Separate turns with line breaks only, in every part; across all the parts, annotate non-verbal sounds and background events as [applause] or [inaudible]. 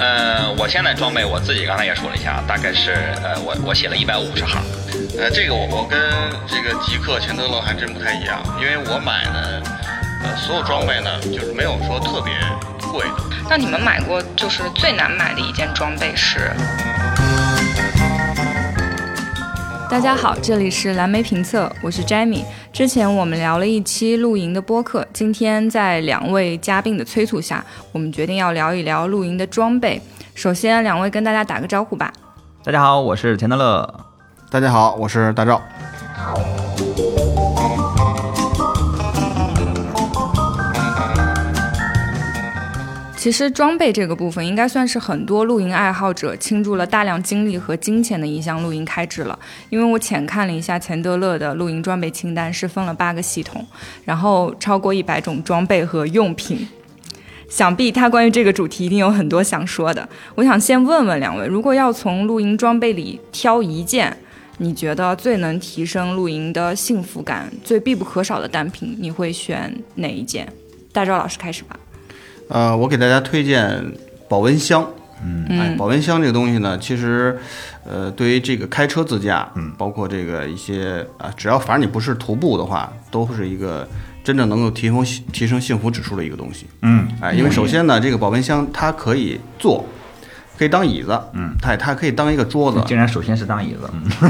呃
我现在装备我自己刚才也说了一下，大概是呃，我我写了一百五十行。
呃，这个我我跟这个极客全登录还真不太一样，因为我买的呃所有装备呢，就是没有说特别贵的。
那你们买过就是最难买的一件装备是？
大家好，这里是蓝莓评测，我是 Jamie。之前我们聊了一期露营的播客，今天在两位嘉宾的催促下，我们决定要聊一聊露营的装备。首先，两位跟大家打个招呼吧。
大家好，我是钱德勒。
大家好，我是大赵。
其实装备这个部分应该算是很多露营爱好者倾注了大量精力和金钱的一项露营开支了。因为我浅看了一下钱德勒的露营装备清单，是分了八个系统，然后超过一百种装备和用品。想必他关于这个主题一定有很多想说的。我想先问问两位，如果要从露营装备里挑一件，你觉得最能提升露营的幸福感、最必不可少的单品，你会选哪一件？大赵老师开始吧。
呃，我给大家推荐保温箱。
嗯
哎，保温箱这个东西呢，其实，呃，对于这个开车自驾，
嗯
包括这个一些啊，只要反正你不是徒步的话，都是一个真正能够提升提升幸福指数的一个东西。
嗯
哎，因为首先呢，这个保温箱它可以坐，可以当椅子，
嗯，
它它可以当一个桌子，
竟然首先是当椅子，嗯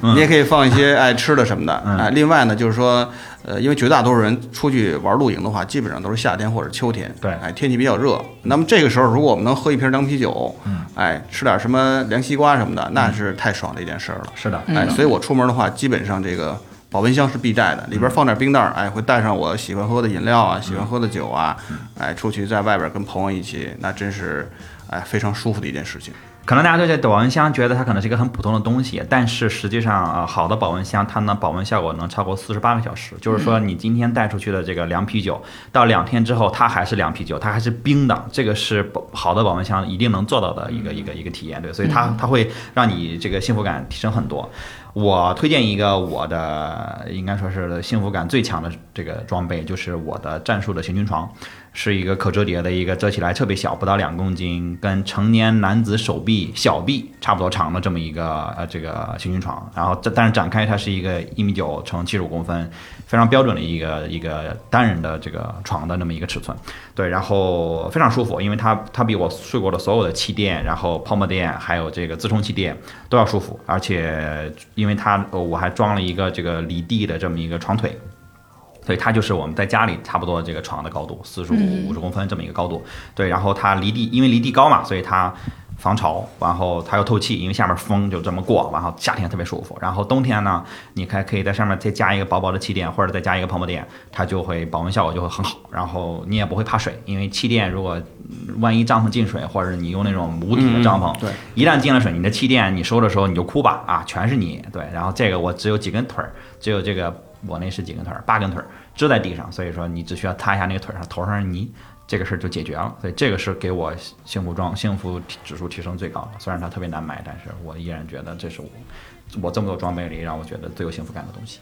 你也可以放一些爱吃的什么的。
嗯
哎，另外呢，就是说，呃，因为绝大多数人出去玩露营的话，基本上都是夏天或者秋天，
对
哎，天气比较热。那么这个时候，如果我们能喝一瓶凉啤酒，
嗯，
哎，吃点什么凉西瓜什么的，那是太爽的一件事儿了。
是的，
哎，所以我出门的话，基本上这个保温箱是必带
嗯
的，里边放点冰袋儿，哎，会带上我喜欢喝的饮料啊，喜欢喝的酒啊，
嗯
哎，出去在外边跟朋友一起，那真是哎非常舒服的一件事情。
可能大家对这保温箱觉得它可能是一个很普通的东西，但是实际上，呃，好的保温箱它呢保温效果能超过四十八个小时，就是说你今天带出去的这个凉啤酒，到两天之后它还是凉啤酒，它还是冰的，这个是保好的保温箱一定能做到的一个一个一个体验，对，所以它它会让你这个幸福感提升很多。我推荐一个我的应该说是幸福感最强的这个装备，就是我的战术的行军床，是一个可折叠的一个，折起来特别小，不到两公斤，跟成年男子手臂小臂差不多长的这么一个呃这个行军床。然后这但是展开它是一个一米九乘七十五公分，非常标准的一个一个单人的这个床的那么一个尺寸。对，然后非常舒服，因为它它比我睡过的所有的气垫，然后泡沫垫，还有这个自充气垫都要舒服，而且因为它呃我还装了一个这个离地的这么一个床腿。对，它就是我们在家里差不多这个床的高度，四十五五十公分这么一个高度。对，然后它离地，因为离地高嘛，所以它防潮，然后它又透气，因为下面风就这么过，然后夏天特别舒服。然后冬天呢，你还可以在上面再加一个薄薄的气垫，或者再加一个泡沫垫，它就会保温效果就会很好。然后你也不会怕水，因为气垫如果嗯万一帐篷进水，或者你用那种无底的帐篷，
对，
一旦进了水，你的气垫你收的时候你就哭吧啊，全是你。对，然后这个我只有几根腿儿，只有这个我那是几根腿儿，八根腿儿支在地上，所以说你只需要擦一下那个腿上头上是泥，这个事儿就解决了。所以这个是给我幸福装幸福指数提升最高的，虽然它特别难买，但是我依然觉得这是我我这么多装备里让我觉得最有幸福感的东西。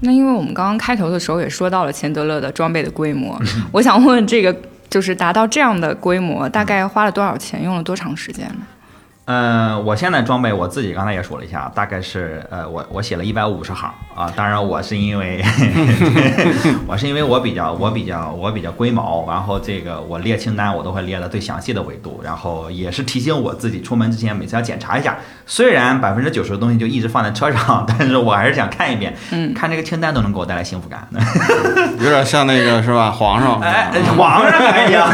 那因为我们刚刚开头的时候也说到了钱德勒的装备的规模，我想问这个就是达到这样的规模，大概花了多少钱，用了多长时间呢？
呃，我现在装备我自己刚才也说了一下，大概是呃，我我写了一百五十行啊。当然，我是因为 [laughs] 我是因为我比较我比较我比较龟毛，然后这个我列清单我都会列的最详细的维度，然后也是提醒我自己出门之前每次要检查一下。虽然百分之九十的东西就一直放在车上， [laughs] 但是我还是想看一遍，
嗯
看这个清单都能给我带来幸福感。
有点像那个是吧，皇上，
哎，皇上哎呀，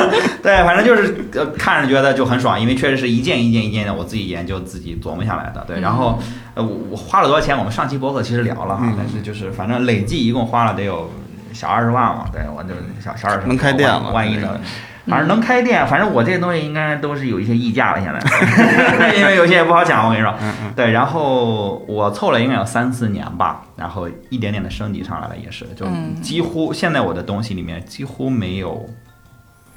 [laughs] 对，反正就是呃看着觉得就很爽，因为确实是一件一件一件的，我自己研究自己琢磨下来的。对，然后
嗯
呃我我花了多少钱？我们上期博客其实聊了哈，但是就是反正累计一共花了得有小二十万嘛。对，我就小小二十，
能开店了
万一
这
能
个。
反正能开店，反正我这些东西应该都是有一些溢价了，现在， [laughs] 因为有些也不好讲，我跟你说。对，然后我凑了应该有三四年吧，然后一点点的升级上来了，也是，就
嗯
几乎现在我的东西里面几乎没有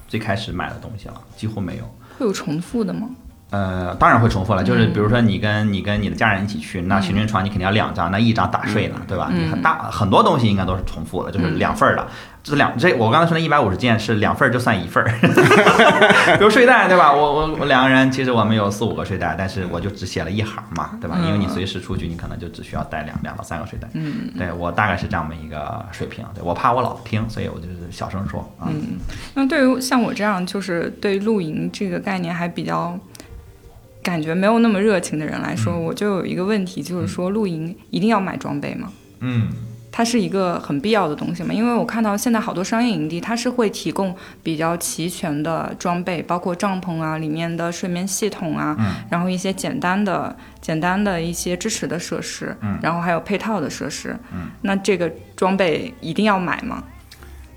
最开始买的东西了，几乎没有。
会有重复的吗？
呃，当然会重复了，就是比如说你跟你跟你的家人一起去，那行军床你肯定要两张，那一张打碎了，对吧？你很大很多东西应该都是重复的，就是两份儿的，这两这我刚才说那一百五十件是两份儿就算一份儿， [laughs] 比如睡袋对吧？我我我两个人其实我们有四五个睡袋，但是我就只写了一行嘛，对吧？因为你随时出去，你可能就只需要带两两到三个睡袋。嗯，对我大概是这么一个水平，对我怕我老婆听，所以我就是小声说啊。
嗯那对于像我这样就是对露营这个概念还比较感觉没有那么热情的人来说，我就有一个问题，就是说露营一定要买装备吗？
嗯
它是一个很必要的东西嘛？因为我看到现在好多商业营地，它是会提供比较齐全的装备，包括帐篷啊、里面的睡眠系统啊，
嗯
然后一些简单的、简单的一些支持的设施，
嗯
然后还有配套的设施。
嗯
那这个装备一定要买吗？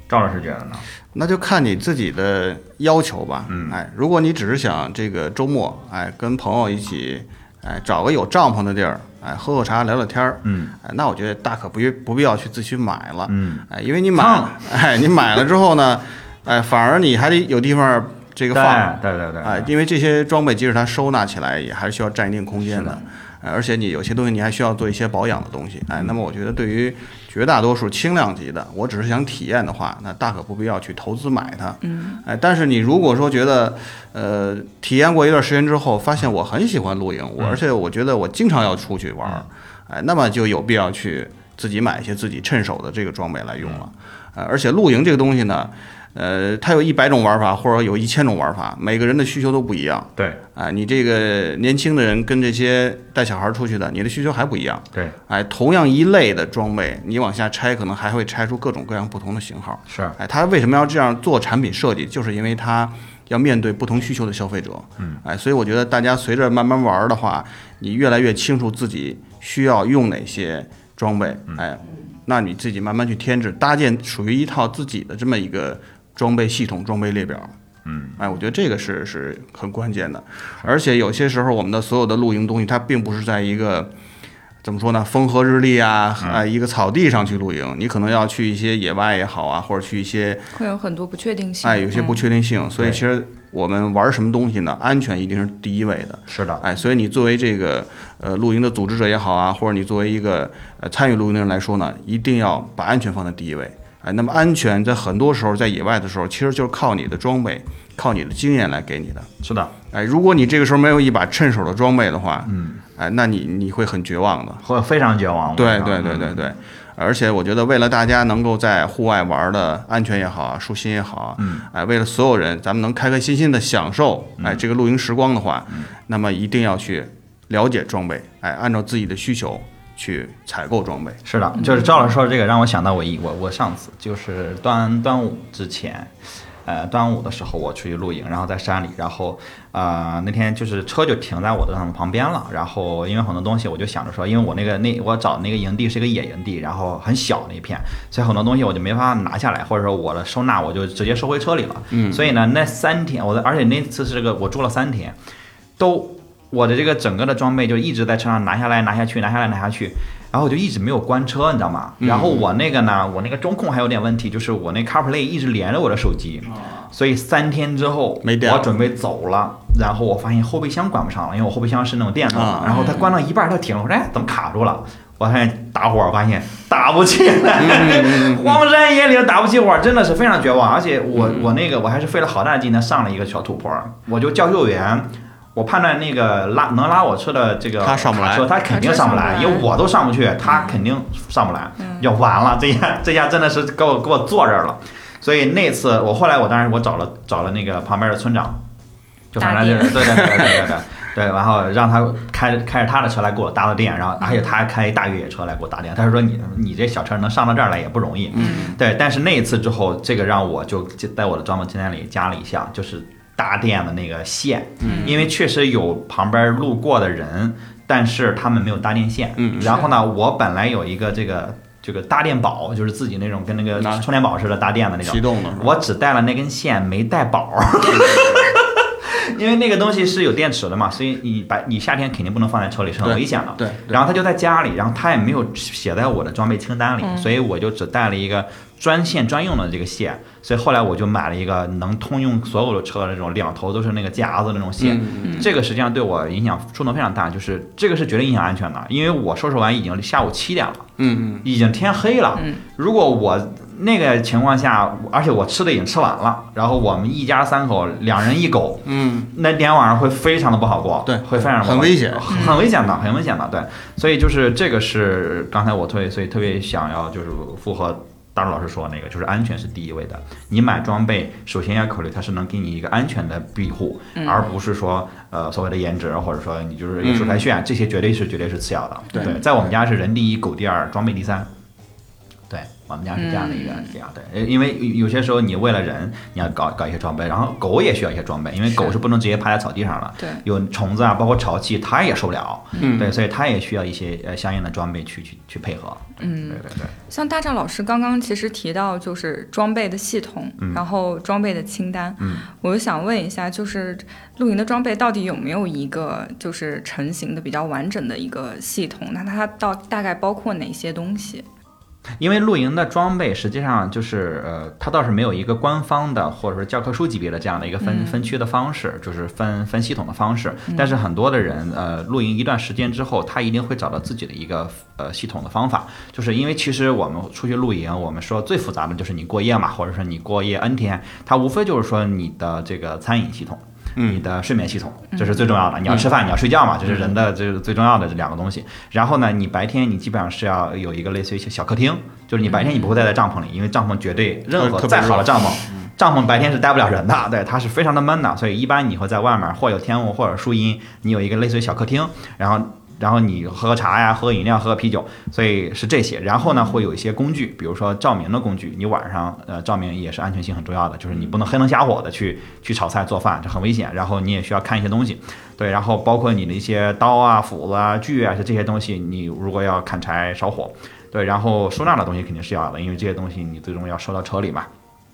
赵老师觉得呢？
那就看你自己的要求吧。
嗯
哎，如果你只是想这个周末，哎，跟朋友一起，哎，找个有帐篷的地儿，哎，喝喝茶，聊聊天儿，
嗯
哎，那我觉得大可不必不必要去自己去买了。
嗯。
哎，因为你买了，哎，你买了之后呢，哎，反而你还得有地方这个放，
对对对对，
哎，因为这些装备即使它收纳起来，也还是需要占一定空间的。哎而且你有些东西你还需要做一些保养的东西，哎，那么我觉得对于绝大多数轻量级的，我只是想体验的话，那大可不必要去投资买它。嗯，哎，但是你如果说觉得，呃，体验过一段时间之后，发现我很喜欢露营，我而且我觉得我经常要出去玩儿，哎，那么就有必要去自己买一些自己趁手的这个装备来用了。呃，而且露营这个东西呢，呃，它有一百种玩法，或者有一千种玩法，每个人的需求都不一样。
对
啊、你这个年轻的人跟这些带小孩出去的，你的需求还不一样。
对
哎、同样一类的装备，你往下拆，可能还会拆出各种各样不同的型号。
是，
哎，它为什么要这样做产品设计？就是因为它要面对不同需求的消费者。嗯，哎，所以我觉得大家随着慢慢玩儿的话，你越来越清楚自己需要用哪些装备。哎，那你自己慢慢去添置，搭建属于一套自己的这么一个装备系统、装备列表。嗯，哎，我觉得这个是是很关键的，而且有些时候我们的所有的露营东西，它并不是在一个怎么说呢，风和日丽啊，啊，一个草地上去露营，你可能要去一些野外也好啊，或者去一些
会有很多不确定性。
哎有些不
嗯
确定性，所以
对
其实我们玩什么东西呢，安全一定是第一位的。
是的，
哎，所以你作为这个呃露营的组织者也好啊，或者你作为一个呃参与露营的人来说呢，一定要把安全放在第一位。哎，那么安全在很多时候在野外的时候，其实就是靠你的装备、靠你的经验来给你的。
是的，
哎，如果你这个时候没有一把趁手的装备的话，嗯，哎，那你你会很绝望的。
会非常绝嗯望。
对
我
对
看
对对，对，而且我觉得为了大家能够在户外玩的安全也好啊，舒心也好啊，
嗯
哎，为了所有人，咱们能开开心心的享受哎这个露营时光的话，
嗯
那么一定要去了解装备，哎，按照自己的需求去采购
[laughs]
装备。
是的，就是赵老师说这个让我想到我一我我上次就是端端午之前。呃，端午的时候我出去露营，然后在山里，然后呃那天就是车就停在我的旁边了，然后因为很多东西我就想着说，因为我那个那我找那个营地是个野营地，然后很小那一片，所以很多东西我就没法拿下来，或者说我的收纳我就直接收回车里了。嗯，所以呢那三天我的，而且那次是个我住了三天，都我的这个整个的装备就一直在车上拿下来拿下去拿下来拿下去，然后我就一直没有关车，你知道吗？
嗯
然后我那个呢，我那个中控还有点问题，就是我那 CarPlay 一直连着我的手机，所以三天之后
哦没电了
我准备走了。然后我发现后备箱关不上了，因为我后备箱是那种电动的
啊，
然后它关到一半它停了，我说哎怎么卡住了？我发现打火，发现打不起
嗯
来，荒山野岭打不起火，真的是非常绝望。而且我
嗯
我那个我还是费了好大劲才上了一个小土坡，我就叫救援。我判断那个拉能拉我车的这个
他上不来
卡车他肯定上不来，嗯
卡车上不来
因为我都上不去，他肯定上不来，要完了，这下这下真的是给我给我坐这儿了。所以那次我后来我当然我找了找了那个旁边的村长，就反正就是对对对对对对。对，然后让他开开着他的车来给我搭的电，然后而且他还开一大越野车来给我搭电。他说你你这小车能上到这儿来也不容易，嗯，对。但是那一次之后，这个让我就在我的装备清单里加了一项，就是搭电的那个线，嗯，因为确实有旁边路过的人，但是他们没有搭电线，嗯，然后呢，我本来有一个这个这个搭电宝，就是自己那种跟那个
拿
充电宝似的搭电的那种
启，动了， [laughs]
我只带了那根线，没带宝儿。因为那个东西是有电池的嘛，所以你把你夏天肯定不能放在车里，是很
对
危险的。
对对
然后它就在家里，然后它也没有写在我的装备清单
嗯
里，所以我就只带了一个专线专用的这个线。所以后来我就买了一个能通用所有的车的那种两头都是那个夹子那种
嗯
线，这个实际上对我影响触动非常大，就是这个是绝对影响安全的，因为我收拾完已经下午七点了，
嗯嗯，
已经天黑了。如果我那个情况下，而且我吃的已经吃完了，然后我们一家三口，两人一狗，
嗯，
那天晚上会非常的不好过，
对
会非常地不好
很危险
很很危险的，很危险的，对。所以就是这个是刚才我特别，所以特别想要就是符合。大陆老师说的那个就是安全是第一位的，你买装备首先要考虑它是能给你一个安全的庇护，而
嗯
不是说呃所谓的颜值或者说你就是
嗯
说来炫，这些绝对是绝对是次要的。
对
在我们家是人第一，狗第二，装备第三。对我们家是这样的一个
嗯
这样对，呃因为有有些时候你为了人，你要搞搞一些装备，然后狗也需要一些装备，因为狗是不能直接趴在草地上了，
对
有虫子啊，包括潮气，它也受不了，
嗯
对，所以它也需要一些呃相应的装备去去去配合，嗯，对对对，
像大赵老师刚刚其实提到，就是装备的系统，然后装备的清单，
嗯
我就想问一下，就是露营的装备到底有没有一个就是成型的比较完整的一个系统？那它到大概包括哪些东西？
因为露营的装备实际上就是呃，它倒是没有一个官方的或者说教科书级别的这样的一个分、分区的方式，就是分分系统的方式。但是很多的人呃，露营一段时间之后，他一定会找到自己的一个呃系统的方法，就是因为其实我们出去露营，我们说最复杂的就是你过夜嘛，或者说你过夜 N 天，它无非就是说你的这个餐饮系统。你的睡眠系统，这是最重要的。你要吃饭，你要睡觉嘛，这是人的这是最重要的这两个东西。然后呢，你白天你基本上是要有一个类似于小客厅，就是你白天你不会待在帐篷里，因为帐篷绝对任何
特别
再好
热
的帐篷，帐篷白天是待不了人的，对，它是非常的闷的，所以一般你会在外面或有天幕或者树荫，你有一个类似于小客厅，然后。然后你喝个茶呀，喝个饮料，喝个啤酒，所以是这些。然后呢，会有一些工具，比如说照明的工具，你晚上呃照明也是安全性很重要的，就是你不能黑灯瞎火的去去炒菜做饭，这很危险。然后你也需要看一些东西，对，然后包括你的一些刀啊、斧子啊、锯啊，就这些东西，你如果要砍柴烧火，对，然后收纳的东西肯定是要的，因为这些东西你最终要收到车里嘛。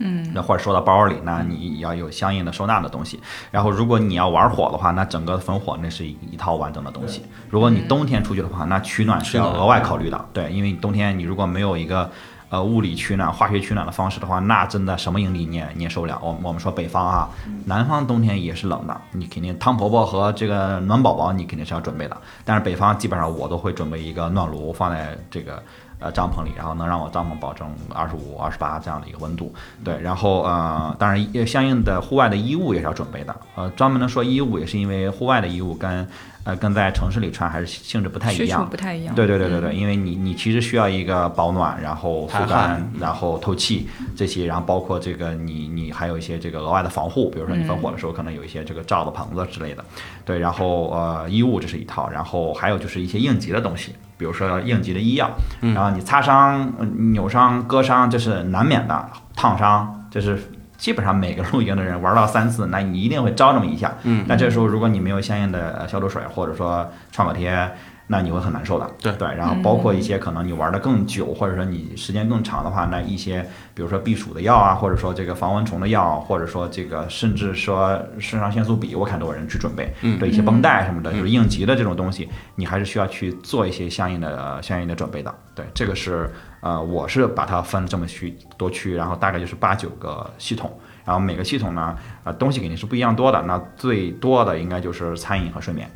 嗯，那或者收到包里，那你要有相应的收纳的东西。然后，如果你要玩火的话，那整个焚火那是一一套完整的东西。如果你冬天出去的话，那取暖是要额外考虑的。对，因为你冬天你如果没有一个呃物理取暖、化学取暖的方式的话，那真的什么营地你也你也受不了。我我们说北方啊，南方冬天也是冷的，你肯定汤婆婆和这个暖宝宝你肯定是要准备的。但是北方基本上我都会准备一个暖炉放在这个呃帐篷里，然后能让我帐篷保证二十五、二十八这样的一个温度。对，然后呃，当然也相应的户外的衣物也是要准备的。呃，专门的说衣物也是因为户外的衣物跟呃跟在城市里穿还是性质不太一
需求
样
不。太一样。嗯
对对对对对，因为你你其实需要一个保暖，然后速
排
干
汗，
然后透气这些，然后包括这个你你还有一些这个额外的防护，比如说你防火的时候可能有一些这个罩子、棚子之类的，对，然后呃衣物这是一套，然后还有就是一些应急的东西，比如说应急的医药，
嗯
然后你擦伤、呃扭伤、割伤这是难免的，烫伤这是。基本上每个露营的人玩到三次，那你一定会招这么一下。嗯，那这时候如果你没有相应的呃消毒水或者说创可贴，那你会很难受的。
对
对，然后包括一些可能你玩的更久，或者说你时间更长的话，那一些比如说避暑的药啊，或者说这个防蚊虫的药，啊或者说这个甚至说肾上腺素笔，我看都有人去准备。
嗯
对一些绷带什么的，就是应急的这种东西，你还是需要去做一些相应的、呃相应的准备的。对，这个是呃，我是把它分这么区多区，然后大概就是八九个系统。然后每个系统呢，呃，东西肯定是不一样多的。那最多的应该就是餐饮和睡眠，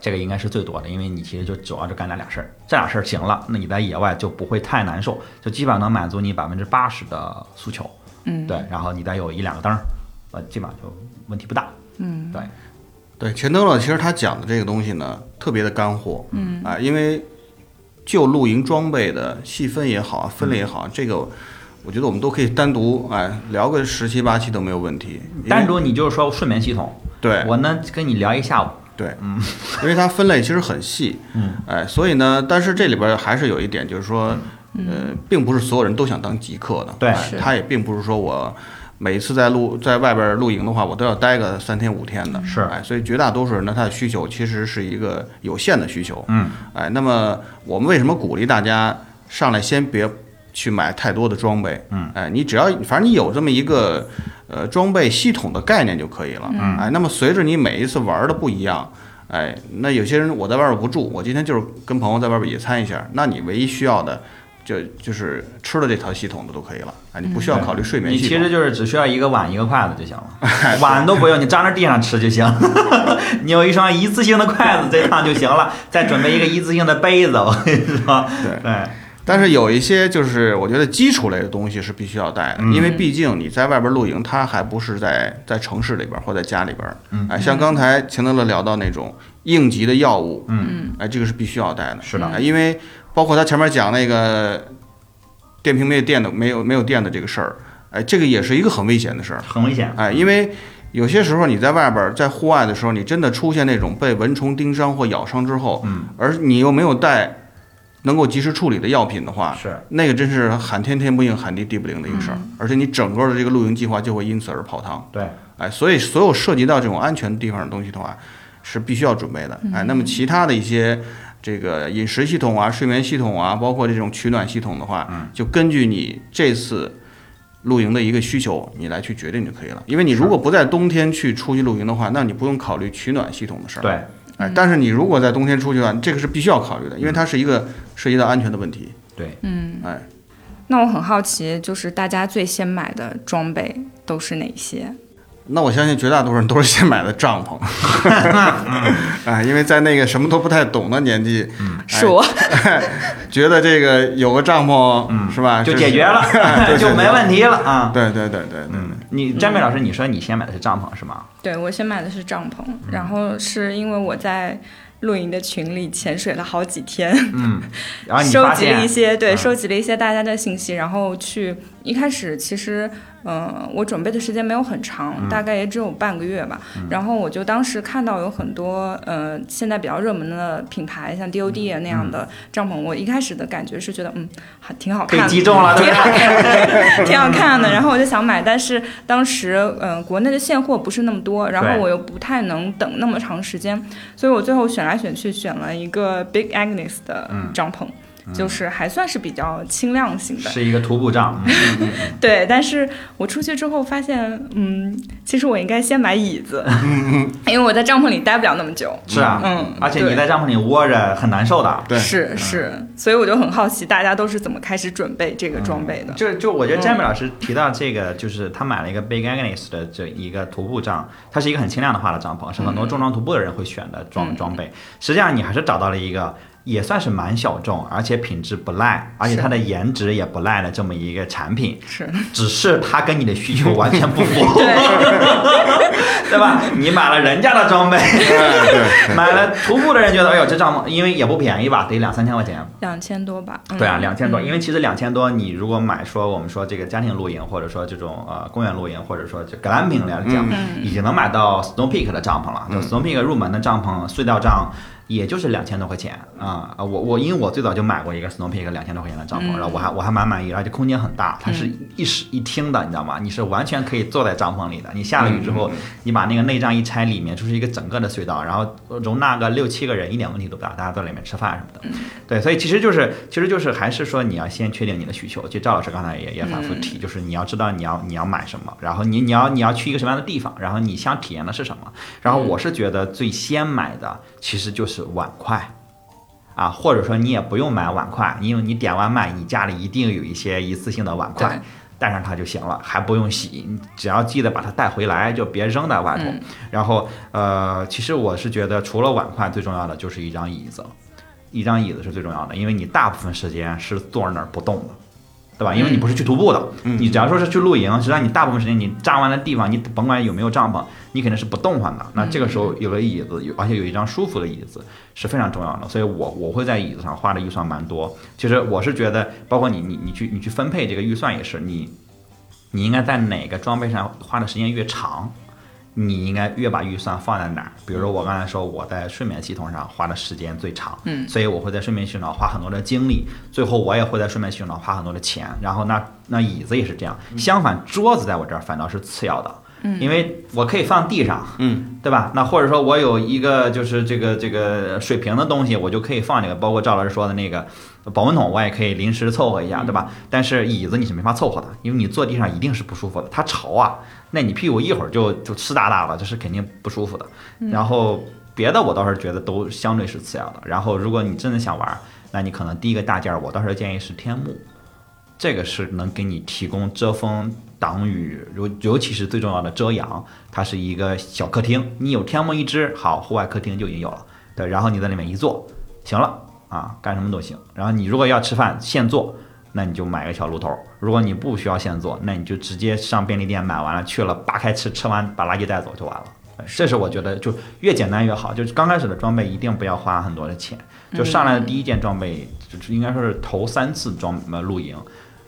这个应该是最多的，因为你其实就主要就干这俩事儿，这俩事儿行了，那你在野外就不会太难受，就基本上能满足你百分之八十的诉求。嗯，对，然后你再有一两个灯儿，呃，基本上就问题不大。嗯，对，
对，钱德勒其实他讲的这个东西呢，特别的干货，嗯啊，因为就露营装备的细分也好，啊分类也
嗯
好，这个我觉得我们都可以单独哎聊个十七八期都没有问题。因为
单独你就是说睡眠系统，
对
我能跟你聊一下午。
对，嗯，因为它分类其实很细，嗯，哎，所以呢，但是这里边儿还是有一点，就是说，呃，并不是所有人都想当极客的，
嗯对
哎
是
他也并不是说我每一次在露在外边儿露营的话，我都要待个三天五天的，
是
哎，所以绝大多数人呢，他的需求其实是一个有限的需求，
嗯，
哎，那么我们为什么鼓励大家上来先别去买太多的装备。
嗯，
哎，你只要反正你有这么一个呃装备系统的概念就可以了。嗯，哎，那么随着你每一次玩的不一样。哎，那有些人我在外边不住，我今天就是跟朋友在外边野餐一下，那你唯一需要的就就是吃的这套系统的都可以了，哎，你不需要考虑睡
嗯
眠
你
系
其
统。
实就是只需要一个碗一个筷子就行
[laughs]
了，碗都不用，你扎那地上吃就行。 [laughs] 你有一双一次性的筷子，这趟就行了。再准备一个一次性的杯子，我跟你说，
对
对，
但是有一些就是我觉得基础类的东西是必须要带的，
嗯
因为毕竟你在外边露营，它还不是在在城市里边或在家里边儿。
嗯
哎，像刚才钱德勒聊到那种应急的药物，
嗯，
哎，这个是必须要带的。
是的
哎因为包括他前面讲那个电瓶没有电的没有没有电的这个事儿，哎，这个也是一个很危险的事儿。
很危险。
哎，因为有些时候你在外边儿在户外的时候，你真的出现那种被蚊虫叮伤或咬伤之后，
嗯，
而你又没有带能够及时处理的药品的话，
是
那个真是喊天天不应，喊地地不灵的一个事儿，而且你整个的这个露营计划就会因此而泡汤。
对，
哎，所以所有涉及到这种安全地方的东西的话，是必须要准备的。哎，那么其他的一些。这个饮食系统啊、睡眠系统啊，包括这种取暖系统的话，就根据你这次露营的一个需求，你来去决定就可以了。因为你如果不在冬天去出去露营的话，那你不用考虑取暖系统的事儿。
对，
哎，但是你如果在冬天出去的话，这个是必须要考虑的，因为
嗯
它是一个涉及到安全的问题。
对，
嗯，
哎，
那我很好奇，就是大家最先买的装备都是哪些？
那我相信绝大多数人都是先买的
[laughs]
帐篷， [laughs]
嗯
啊，因为在那个什么都不太懂的年纪，
哎
是我， [laughs]
觉得这个有个帐篷，是吧，
嗯就是解决了 [laughs]
[laughs] 对，
就没问
题。
题了啊。
对对对对对，
嗯，你詹美老师，你说你先买的是帐篷是吗？
对我先买的是帐篷，
嗯
然后是因为我在露营的群里潜水了好几天，
嗯，然后你
收
发
集了
现，
一些对，
嗯
收集了一些大家的信息，然后去一开始其实，嗯、我准备的时间没有很长，
嗯
大概也只有半个月吧。然后我就当时看到有很多呃现在比较热门的品牌，像
嗯
DOD 啊那样的帐篷，我一开始的感觉是觉得嗯，还挺好看
被
的，
击中了，对
挺
不
好
对？
看的， [laughs] 挺好
[laughs]
看的。然后我就想买，但是当时嗯、呃国内的现货不是那么多，然后
对
我又不太能等那么长时间，所以我最后选来选去选了一个 Big Agnes 的
嗯
帐篷。就是还算是比较轻量型的，
是一个徒步帐，嗯
对。但是我出去之后发现，嗯，其实我应该先买椅
[laughs]
子，因为我在帐篷里待不了那么久。
是啊，
嗯
而且你
对
在帐嗯篷里窝着很难受的。
对
是是，所以我就很好奇，大家都是怎么开始准备这个装备的？
就就我
嗯
觉得詹姆老师提到这个，就是他买了一个 Big Agnes 的这一个徒步帐，它是一个很轻量化的帐
嗯
篷，是很多重装徒步的人会选的装、装备。实际上你还是找到了一个也算是蛮小众，而且品质不赖，而且它的颜值也不赖的这么一个产品。 [laughs]
是，
只是它跟你的需求完全不符，
[laughs] 对，
对吧？你买了人家的装备，
哎对，
买了徒步的人觉得，哎呦，这帐篷因为也不便宜吧，得两三千块钱。
两千多吧？嗯
对啊，两千多，因为其实两千多，你如果买说我们说这个家庭露营，或者说这种呃公园露营，或者说就 glamping 来
嗯
讲，已经能买到 Snow Peak 的帐篷了。就 Snow Peak 入门的帐篷，隧道帐。也就是两千多块钱啊、啊我我因为我最早就买过一个 Snow Peak 两千多块钱的帐
嗯
篷，然后我还我还蛮满意，而且空间很大，它是一室一厅的，你知道吗？你是完全可以坐在帐篷里的。你下了雨之后，
嗯
你把那个内帐一拆，里面就是一个整个的隧道，然后容纳个六七个人，一点问题都不大，大家都在里面吃饭什么的。对，所以其实就是，其实就是还是说你要先确定你的需求。就赵老师刚才也也反复提，就是你要知道你要你要买什么，然后你你要你要去一个什么样的地方，然后你想体验的是什么。然后我是觉得最先买的其实就是碗筷。啊，或者说你也不用买碗筷，因为你点外卖，你家里一定有一些一次性的碗筷
对，
带上它就行了，还不用洗，你只要记得把它带回来，就别扔在外头。
嗯
然后呃，其实我是觉得除了碗筷，最重要的就是一张椅子，一张椅子是最重要的，因为你大部分时间是坐那儿不动的。对吧？因为你不是去徒步的，你只要说是去露营，实际上你大部分时间你站完了地方，你甭管有没有帐篷，你肯定是不动换的。那这个时候有个椅子，有而且有一张舒服的椅子是非常重要的。所以我我会在椅子上花的预算蛮多。其实我是觉得，包括你你你去你去分配这个预算也是，你你应该在哪个装备上花的时间越长，你应该越把预算放在哪儿。比如说我刚才说我在睡眠系统上花的时间最长，嗯，所以我会在睡眠系统上花很多的精力，最后我也会在睡眠系统上花很多的钱。然后那那椅子也是这样，相反桌子在我这儿反倒是次要的。因为我可以放地上，
嗯，
对吧？那或者说我有一个就是这个这个水瓶的东西，我就可以放这个，包括赵老师说的那个保温桶，我也可以临时凑合一下，对吧？但是椅子你是没法凑合的，因为你坐地上一定是不舒服的，它潮啊，那你屁股一会儿就就湿哒哒了，这是肯定不舒服的。然后别的我倒是觉得都相对是次要的。然后如果你真的想玩，那你可能第一个大件儿，我倒是建议是天幕，这个是能给你提供遮风挡雨，尤尤其是最重要的遮阳，它是一个小客厅，你有天幕一支，好，户外客厅就已经有了，对，然后你在里面一坐，行了啊，干什么都行。然后你如果要吃饭现做。那你就买个小炉头，如果你不需要现做，那你就直接上便利店买完了去了，扒开吃，吃完把垃圾带走就完了。哎这是我觉得就越简单越好，就是刚开始的装备一定不要花很多的钱，
嗯
就上来的第一件装备，就是应该说是头三次装呃露营，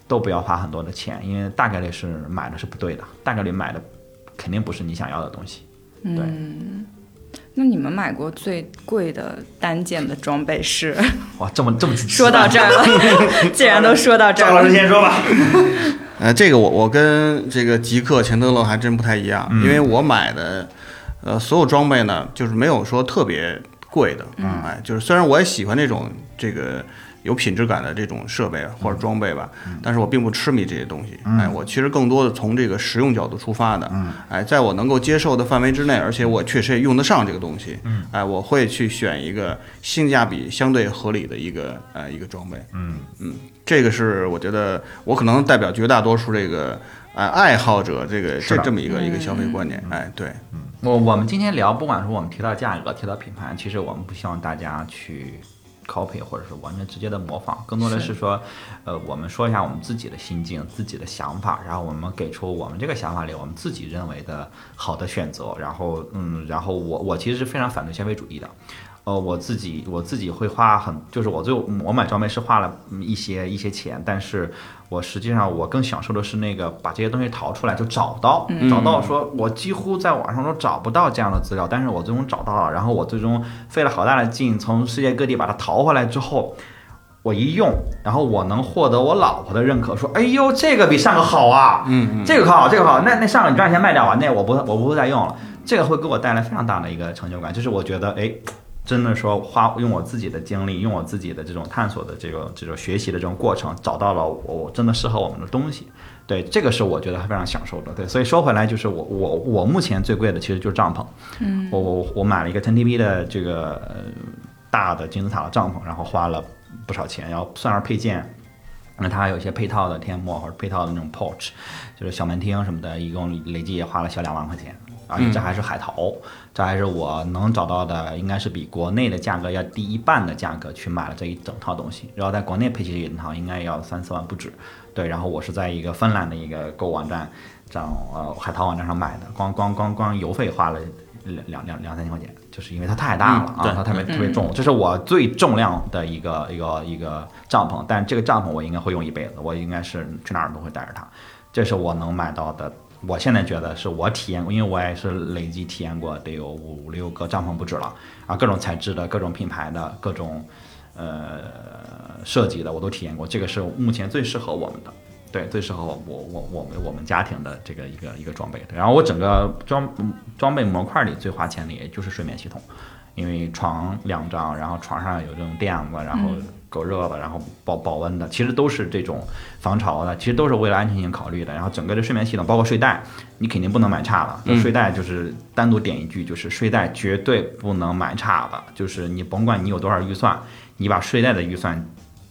都不要花很多的钱，因为大概率是买的是不对的，大概率买的肯定不是你想要的东西。对，
那你们买过最贵的单件的装备是？
哇，这么这么
说到这
[laughs]
儿了，既然都说到这儿了，
先说吧。
呃，这个我我跟这个极客钱德勒还真不太一样，因为我买的呃所有装备呢，就是没有说特别贵的，哎，就是虽然我也喜欢这种这个有品质感的这种设备或者装备吧，但是我并不痴迷这些东西，哎，我其实更多的从这个实用角度出发的，哎，在我能够接受的范围之内，而且我确实也用得上这个东西，哎，我会去选一个性价比相对合理的一个呃一个装备，嗯这个是我觉得我可能代表绝大多数这个呃爱好者这个
是
这
的
这么一个一个消
嗯
费观念，哎，对，
我我们今天聊，不管说我们提到价格、提到品牌，其实我们不希望大家去 copy 或者是完全直接的模仿，更多的是说，呃，我们说一下我们自己的心境、自己的想法，然后我们给出我们这个想法里我们自己认为的好的选择。然后，嗯，然后我我其实是非常反对消费主义的。呃，我自己我自己会花很，就是我最我买装备是花了嗯一些一些钱，但是我实际上我更享受的是那个把这些东西淘出来就找到，找到说我几乎在网上都找不到这样的资料，但是我最终找到了，然后我最终费了好大的劲从世界各地把它淘回来之后。我一用，然后我能获得我老婆的认可，说：“哎呦，这个比上个好啊，嗯嗯，这个好，这个好。那那上个你赚钱卖掉啊吧，那我不我不会再用了。这个会给我带来非常大的一个成就感，就是我觉得，哎，真的说花用我自己的经历，用我自己的这种探索的这种这种学习的这种过程，找到了我我真的适合我们的东西。对，这个是我觉得非常享受的。对，所以说回来就是我我我目前最贵的其实就是帐篷。嗯，我我我买了一个 10TB 的这个呃大的金字塔的帐篷，然后花了不少钱，然后算上配件。那它还有一些配套的天幕或者配套的那种 porch，就是小门厅什么的，一共累计也花了小两万块钱，而且这还是海淘，这还是我能找到的，应该是比国内的价格要低一半的价格去买了这一整套东西。然后在国内配齐这一套应该也要三四万不止，对。然后我是在一个芬兰的一个购物网站上，呃，海淘网站上买的，光光光光邮费花了两两两两三千块钱，就是因为它太大了啊，
嗯对
它特别特别重，这是我最重量的一个一个一个帐篷，但这个帐篷我应该会用一辈子，我应该是去哪儿都会带着它。这是我能买到的。我现在觉得是我体验过，因为我也是累计体验过得有五六个帐篷不止了啊，各种材质的、各种品牌的、各种呃设计的我都体验过，这个是目前最适合我们的，对，最适合我我我我们我们家庭的这个一个一个装备。然后我整个装嗯装备模块里最花钱的也就是睡眠系统，因为床两张，然后床上有这种垫子，然后够热的，然后保保温的，其实都是这种防潮的，其实都是为了安全性考虑的。然后整个的睡眠系统，包括睡袋，你肯定不能买差的。就睡袋就是单独点一句，就是睡袋绝对不能买差的，就是你甭管你有多少预算，你把睡袋的预算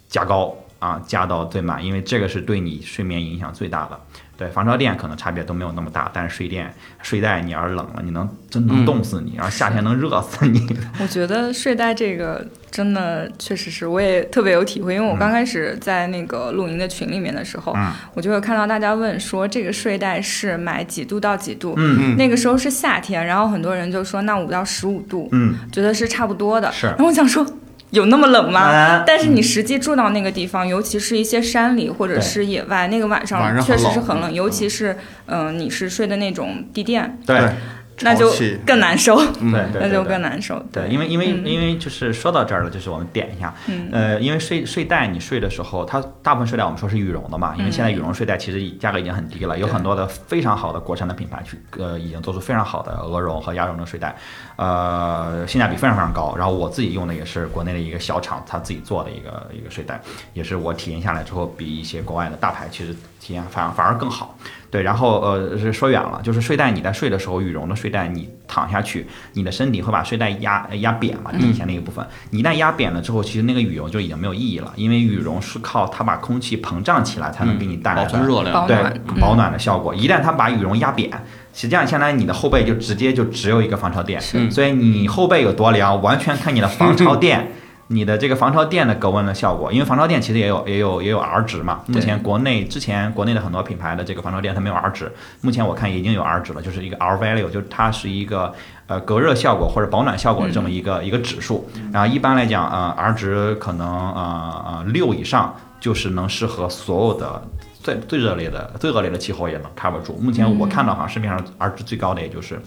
加高啊，加到最满，因为这个是对你睡眠影响最大的。对，防潮垫可能差别都没有那么大，但是睡垫、睡袋，你要是冷了，你能真能冻死你，然后夏天能热死你。嗯
我觉得睡袋这个真的确实是，我也特别有体会，因为我刚开始在那个露营的群里面的时候，
嗯
我就会看到大家问说这个睡袋是买几度到几度，
嗯
那个时候是夏天，然后很多人就说那五到十五度，
嗯，
觉得是差不多的。
是
然后我想说，有那么冷吗？
哎
但是你实际住到那个地方，尤其是一些山里或者是野外，那个晚
晚上
上
很
确实
冷
是很冷，尤其是嗯、呃你是睡的那种地垫，
对嗯
对
那就
潮气嗯
更难受，
对对对
那就嗯
对
更难受。
对，因为因为因为就是说到这儿了，就是我们点一下，
嗯
呃，因为睡睡袋你睡的时候，它大部分睡袋我们说是羽绒的嘛，因为现在
嗯
羽绒睡袋其实价格已经很低了，有很多的非常好的国产的品牌去呃已经做出非常好的鹅绒和鸭绒的睡袋，呃，性价比非常非常高。然后我自己用的也是国内的一个小厂他自己做的一个一个睡袋，也是我体验下来之后，比一些国外的大牌其实体验反而反而更好。对，然后呃是说远了，就是睡袋，你在睡的时候，羽绒的睡袋，你躺下去，你的身体会把睡袋压呃压扁嘛，底下那一部分，你一旦压扁了之后，其实那个羽绒就已经没有意义了，因为羽绒是靠它把空气膨胀起来才能给你带来
嗯保
的
存热量。
保
对
暖，
保暖的效果。一旦它把羽绒压扁，实际上相当于你的后背就直接就只有一个防潮垫，
是
所以你后背有多凉，完全看你的防潮垫。你的这个防潮垫的隔温的效果，因为防潮垫其实也有也有也有 R 值嘛。目前国内之前国内的很多品牌的这个防潮垫它没有 R 值，目前我看已经有 R 值了，就是一个 R value，就是它是一个呃隔热效果或者保暖效果的这么一个、一个指数。然后一般来讲，呃，R 值可能呃呃六以上就是能适合所有的最最热烈的最恶劣的气候也能 cover 住。目前我看到好像市面上 R 值最高的也就是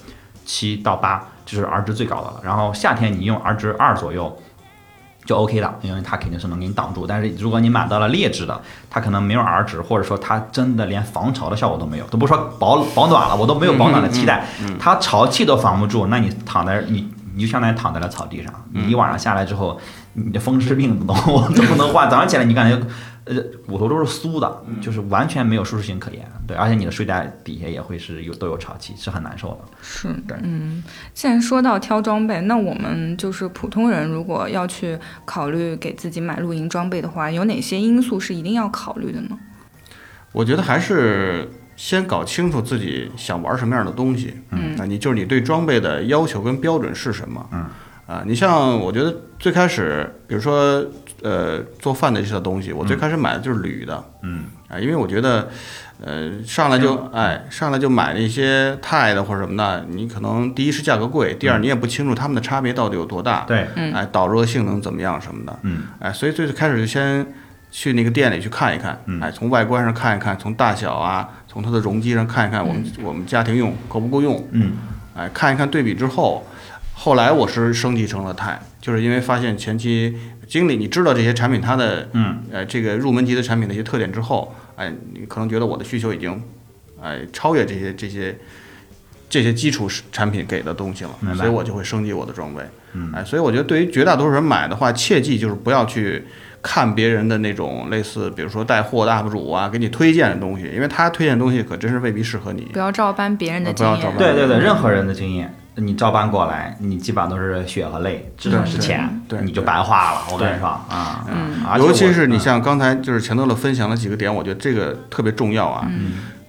七到八，这是 R 值最高的了。然后夏天你用 R 值二左右。就 OK 的，因为它肯定是能给你挡住。但是如果你买到了劣质的，它可能没有 R 值，或者说它真的连防潮的效果都没有，都不说保保暖了，我都没有保暖的期待，它潮气都防不住，那你躺在你你就相当于躺在了草地上，你一晚上下来之后，你的风湿病都都不能 [laughs] 患，早上起来你感觉。呃，骨头都是酥的，
嗯
就是完全没有舒适性可言。对，而且你的睡袋底下也会是有都有潮气，是很难受的。
是
对
嗯，既然说到挑装备，那我们就是普通人，如果要去考虑给自己买露营装备的话，有哪些因素是一定要考虑的呢？
嗯
我觉得还是先搞清楚自己想玩什么样的东西。嗯，啊，你就是你对装备的要求跟标准是什么？嗯，啊，你像我觉得最开始，比如说呃做饭的这些东西，我最开始买的就是铝的。
嗯，
啊，因为我觉得。呃，上来就哎，上来就买那些钛的或者什么的，你可能第一是价格贵，第二你也不清楚它们的差别到底有多大。
嗯对，
哎，导热性能怎么样什么的，
嗯，
哎，所以最开始就先去那个店里去看一看，哎，从外观上看一看，从大小啊，从它的容积上看一看，我们我们家庭用够不够用，
嗯，
哎，看一看对比之后，后来我是升级成了钛，就是因为发现前期经理你知道这些产品它的，
嗯，
呃，这个入门级的产品的一些特点之后，哎，你可能觉得我的需求已经，哎，超越这些这些。这些基础产品给的东西了
明，白嗯
所以我就会升级我的装备。哎，所以我觉得对于绝大多数人买的话，切记就是不要去看别人的那种类似，比如说带货的 UP 主啊，给你推荐的东西，因为他推荐的东西可真是未必适合你
不。要照搬别人
嗯
的
啊不
经
要
验
照，搬
对对对，任何人的经验，你照搬过来，你基本上都是血和泪，只能是钱，
对对
你就白花了。我跟你
对
说啊，嗯，
尤其是你像刚才就是钱德勒分享了几个点，我觉得这个特别重要啊，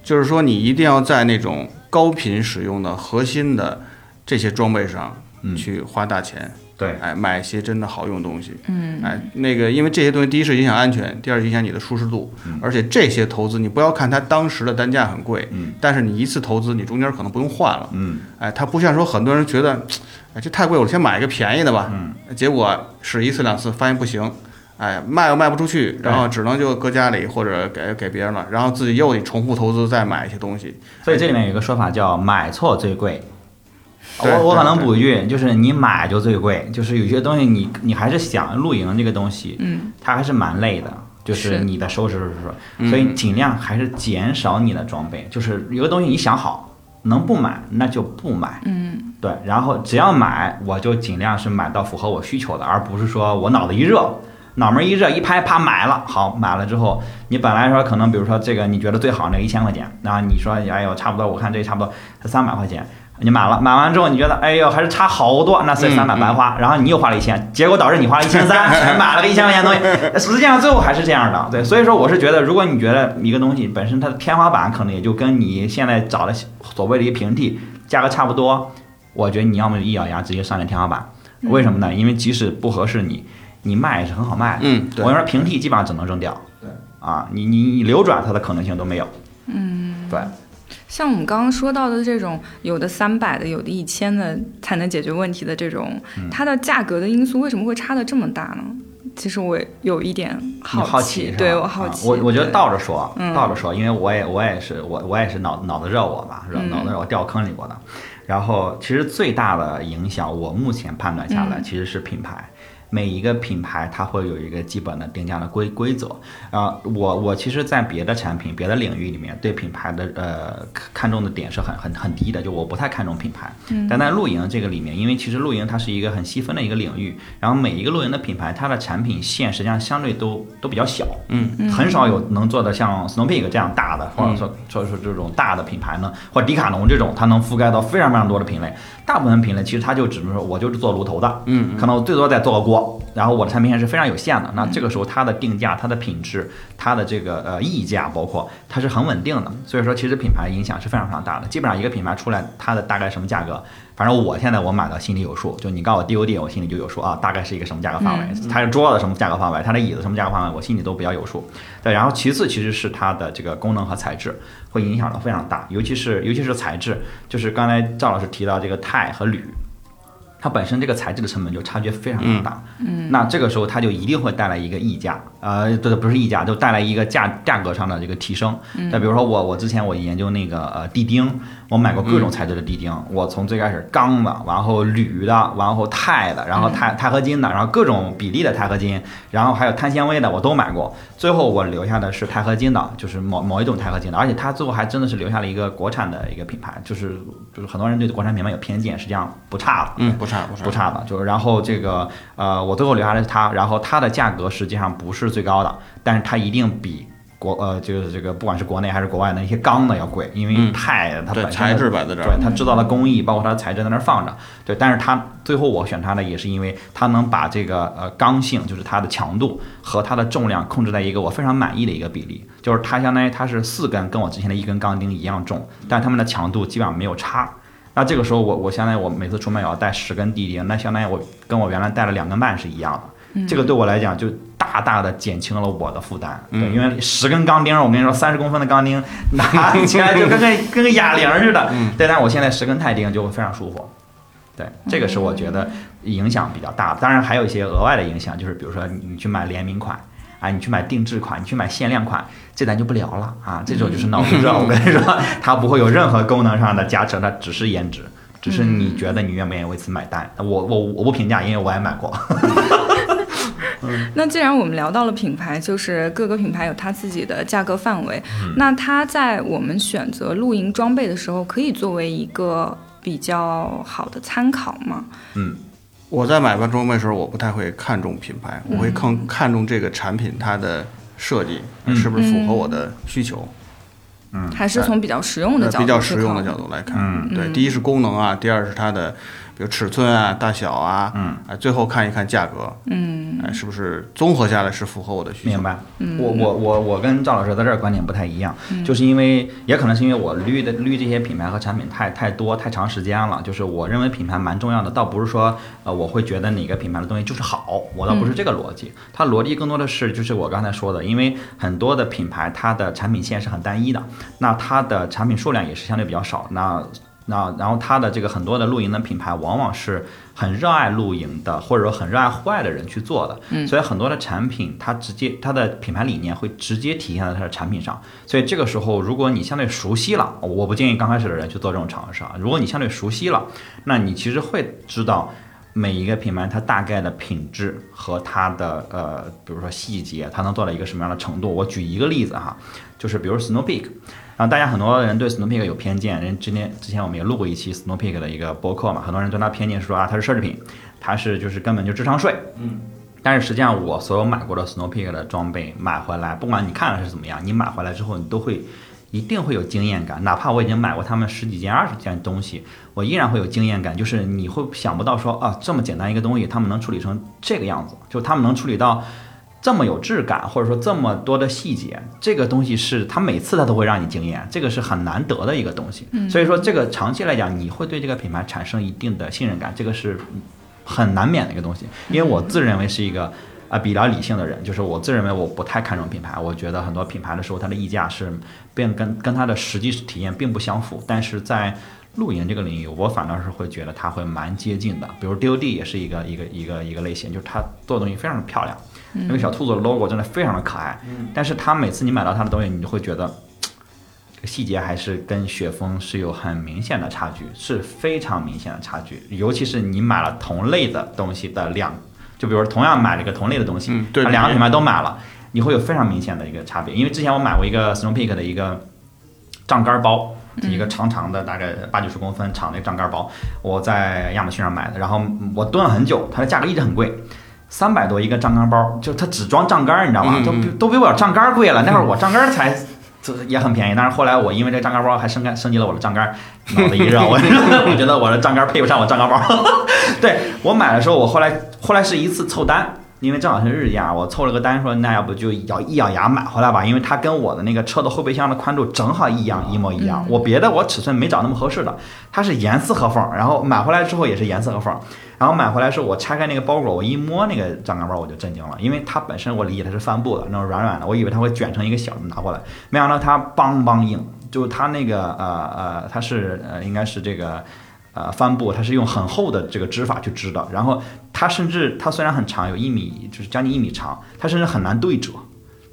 就是说你一定要在那种高频使用的核心的这些装备上
嗯
去花大钱，
对
哎，买一些真的好用的东西。嗯，哎，那个，因为这些东西，第一是影响安全，第二是影响你的舒适度，而且这些投资，你不要看它当时的单价很贵，
嗯，
但是你一次投资，你中间可能不用换了，
嗯，
哎，它不像说很多人觉得，哎，这太贵，我先买一个便宜的吧，嗯，结果使一次两次发现不行。哎，卖又卖不出去，然后只能就搁家里或者给给别人了，然后自己又得重复投资再买一些东西。
所以这里面有一个说法叫“买错最贵”。
对
啊我我
对
可能
对
补一句，就是你买就最贵，就是有些东西你你还是想露营这个东西，
嗯，
它还是蛮累的，就是
是
你的收拾收拾收拾，
嗯
所以尽量还是减少你的装备，就是有的东西你想好能不买那就不买，
嗯，
对，然后只要买我就尽量是买到符合我需求的，而不是说我脑子一热。脑门一热一拍，啪买了。好，买了之后，你本来说可能，比如说这个你觉得最好那个一千块钱，然后你说，哎呦，差不多，我看这差不多三百块钱，你买了，买完之后你觉得，哎呦，还是差好多，那所以
嗯
三百白花，然后你又花了一千，结果导致你花了一千三，还买了个一千块钱的
[laughs]
东西，实际上最后还是这样的，对，所以说我是觉得，如果你觉得一个东西本身它的天花板可能也就跟你现在找的所谓的一个平替价格差不多，我觉得你要么就一咬牙直接上那天花板，
嗯
为什么呢？因为即使不合适你，你卖也是很好卖的，
嗯，对
我跟你说平替基本上只能扔掉，对，啊，你你你流转它的可能性都没有，嗯，对。
像我们刚刚说到的这种，有的三百的，有的一
嗯
千的才能解决问题的这种，它的价格的因素为什么会差的这么大呢？其实我有一点
你
好
好奇是吧？
对我好
啊
奇，
我我觉得
对
倒着说
嗯，
倒着说，因为我也我也是我我也是脑脑子热我嘛，是吧？
嗯
脑子热我掉坑里过的。然后其实最大的影响，我目前判断下来其实是品牌。每一个品牌它会有一个基本的定价的规规则，啊、我我其实，在别的产品、别的领域里面，对品牌的呃看看重的点是很很很低的，就我不太看重品牌。但在露营这个里面，因为其实露营它是一个很细分的一个领域，然后每一个露营的品牌，它的产品线实际上相对都都比较小，嗯，很少有能做的像 Snow Peak 这样大的，或者说说说这种大的品牌呢，或者迪卡侬这种，它能覆盖到非常非常多的品类。大部分品类其实它就只是说我就是做炉头的，嗯，可能我最多再做个锅，然后我的产品线是非常有限的。那这个时候它的定价、它的品质、它的这个呃溢价，包括它是很稳定的。所以说，其实品牌影响是非常非常大的。基本上一个品牌出来，它的大概什么价格，反正我现在我买了心里有数，就你告诉我 DOD，我心里就有数啊，大概是一个什么价格范围，它的桌子什么价格范围，它的椅子什么价格范围，我心里都比较有数。对，然后其次其实是它的这个功能和材质会影响的非常大，尤其是尤其是材质，就是刚才赵老师提到这个钛和铝。它本身这个材质的成本就差距非常非常大，嗯，那这个时候它就一定会带来一个溢价，呃，对，不是溢价，就带来一个价价格上的这个提升。再、比如说我我之前我研究那个呃地钉，我买过各
嗯
种材质的地钉，我从最开始钢的，然后铝的，然后钛的，
嗯
然后钛钛合金的，然后各种比例的钛合金，然后还有碳纤维的我都买过，最后我留下的是钛合金的，就是某某一种钛合金的，而且它最后还真的是留下了一个国产的一个品牌，就是就是很多人对国产品牌有偏见，实际上不差的，
嗯，不差不差，
不差的，就是然后这个呃，我最后留下来是它，然后它的价格实际上不是最高的，但是它一定比国呃就是这个不管是国内还是国外的一些钢的要贵，因为
嗯
钛它本身
对，材
的
质摆在这儿
对，它制造的工艺，包括它的材质在那儿放着，对，但是它最后我选它呢，也是因为它能把这个呃刚性，就是它的强度和它的重量控制在一个我非常满意的一个比例，就是它相当于它是四根跟我之前的一根钢钉一样重，但它们的强度基本上没有差。那这个时候我我相当于我每次出门也要带十根地钉，那相当于我跟我原来带了两根半是一样的。
嗯
这个对我来讲就大大的减轻了我的负担，对，因为十根钢钉，我跟你说，三十公分的钢钉 [laughs] 拿起来就跟个跟个哑铃似的，对，但我现在十根钛钉就会非常舒服，对，这个是我觉得影响比较大的。当然还有一些额外的影响，就是比如说你你去买联名款。啊，你去买定制款，你去买限量款，这咱就不聊了啊！这种就是脑子热，我跟你说，它不会有任何功能上的加成，它只是颜值，只是你觉得你愿不愿意为此买单。我我我不评价，因为我也买过。
那既然我们聊到了品牌，就是各个品牌有它自己的价格范围，
嗯
那它在我们选择露营装备的时候，可以作为一个比较好的参考吗？
我在买完装备的时候，我不太会看重品牌，我会更看重这个产品它的设计
嗯
是不是符合我的需求，
还是从比较实用的
呃
角度
比较
去
实用的
考
角度来看。
嗯
对，第一是功能啊，第二是它的比如尺寸啊、大小啊，
嗯，
啊，最后看一看价格，嗯，哎，是不是综合下来是符合我的需求？
明白。我我我我跟赵老师在这儿观点不太一样，就是因为也可能是因为我捋的捋这些品牌和产品太太多太长时间了，就是我认为品牌蛮重要的，倒不是说呃我会觉得哪个品牌的东西就是好，我倒不是这个逻辑，它逻辑更多的是就是我刚才说的，因为很多的品牌它的产品线是很单一的，那它的产品数量也是相对比较少，那。那然后它的这个很多的露营的品牌，往往是很热爱露营的，或者说很热爱户外的人去做的。所以很多的产品，它直接它的品牌理念会直接体现在它的产品上。所以这个时候，如果你相对熟悉了，我不建议刚开始的人去做这种尝试啊。如果你相对熟悉了，那你其实会知道每一个品牌它大概的品质和它的呃，比如说细节，它能做到一个什么样的程度。我举一个例子哈，就是比如 Snow Peak。然后大家很多人对 Snow Peak 有偏见，人之前之前我们也录过一期 Snow Peak 的一个播客嘛，很多人对它偏见说啊，它是奢侈品，它是就是根本就智商税，但是实际上，我所有买过的 Snow Peak 的装备买回来，不管你看了是怎么样，你买回来之后，你都会一定会有经验感。哪怕我已经买过他们十几件、二十件东西，我依然会有经验感，就是你会想不到说啊，这么简单一个东西，他们能处理成这个样子，就他们能处理到。这么有质感，或者说这么多的细节，这个东西是它每次它都会让你惊艳，这个是很难得的一个东西。所以说，这个长期来讲，你会对这个品牌产生一定的信任感，这个是很难免的一个东西。因为我自认为是一个啊比较理性的人，就是我自认为我不太看重品牌，我觉得很多品牌的时候它的溢价是并跟跟它的实际体验并不相符，但是在露营这个领域，我反倒是会觉得它会蛮接近的。比如 DOD 也是一个一个一个一个类型，就是它做的东西非常漂亮，那个小兔子的 logo 真的非常的可爱。但是它每次你买到它的东西，你就会觉得嘖这个细节还是跟雪峰是有很明显的差距，是非常明显的差距。尤其是你买了同类的东西的量，就比如说同样买了一个同类的东西，
嗯对
啊它两个品牌都买了，你会有非常明显的一个差别。因为之前我买过一个 Snow Peak 的一个杖杆包。
嗯
一个长长的，大概八九十公分长的一个杖杆包，我在亚马逊上买的，然后我蹲了很久，它的价格一直很贵，三百多一个杖杆包，就它只装杖杆，你知道吗？
嗯
都比都比我杖杆贵了。那会儿我杖杆才 [laughs] 这也很便宜，但是后来我因为这个杖杆包还升干升级了我的杖杆，脑袋一热，我 [laughs] 我觉得我的杖杆配不上我杖杆包。 [laughs] 对我买的时候，我后来后来是一次凑单。因为正好是日价，我凑了个单，说那要不就咬一咬牙买回来吧，因为它跟我的那个车的后备箱的宽度正好一样，一模一样。我别的我尺寸没找那么合适的，它是严丝合缝，然后买回来之后也是严丝合缝，然后买回来是我拆开那个包裹，我一摸那个杖杆包我就震惊了，因为它本身我理解它是帆布的那种软软的，我以为它会卷成一个小的拿过来，没想到它梆梆硬，就是它那个呃呃，它是呃应该是这个。呃，帆布它是用很厚的这个织法去织的，然后它甚至它虽然很长，有一米，就是将近一米长，它甚至很难对折，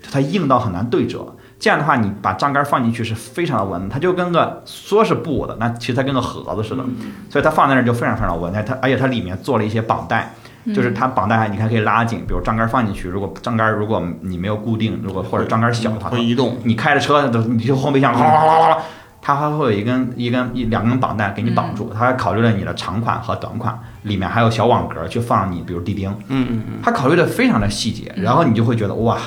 就它硬到很难对折。这样的话，你把杖杆放进去是非常的稳的，它就跟个说是布的，那其实它跟个盒子似的，
嗯
所以它放在那儿就非常非常稳。它它而且它里面做了一些绑带，
嗯
就是它绑带你还可以拉紧，比如杖杆放进去，如果杖杆如果你没有固定，如果或者杖杆小的话，
会移动，
你开着车，你就后备箱哗啦哗啦哗啦，它还会有一根一根一两根绑带给你绑住，它还考虑了你的长款和短款，里面还有小网格去放你，比如地钉，
嗯嗯
它考虑的非常的细节，然后你就会觉得哇，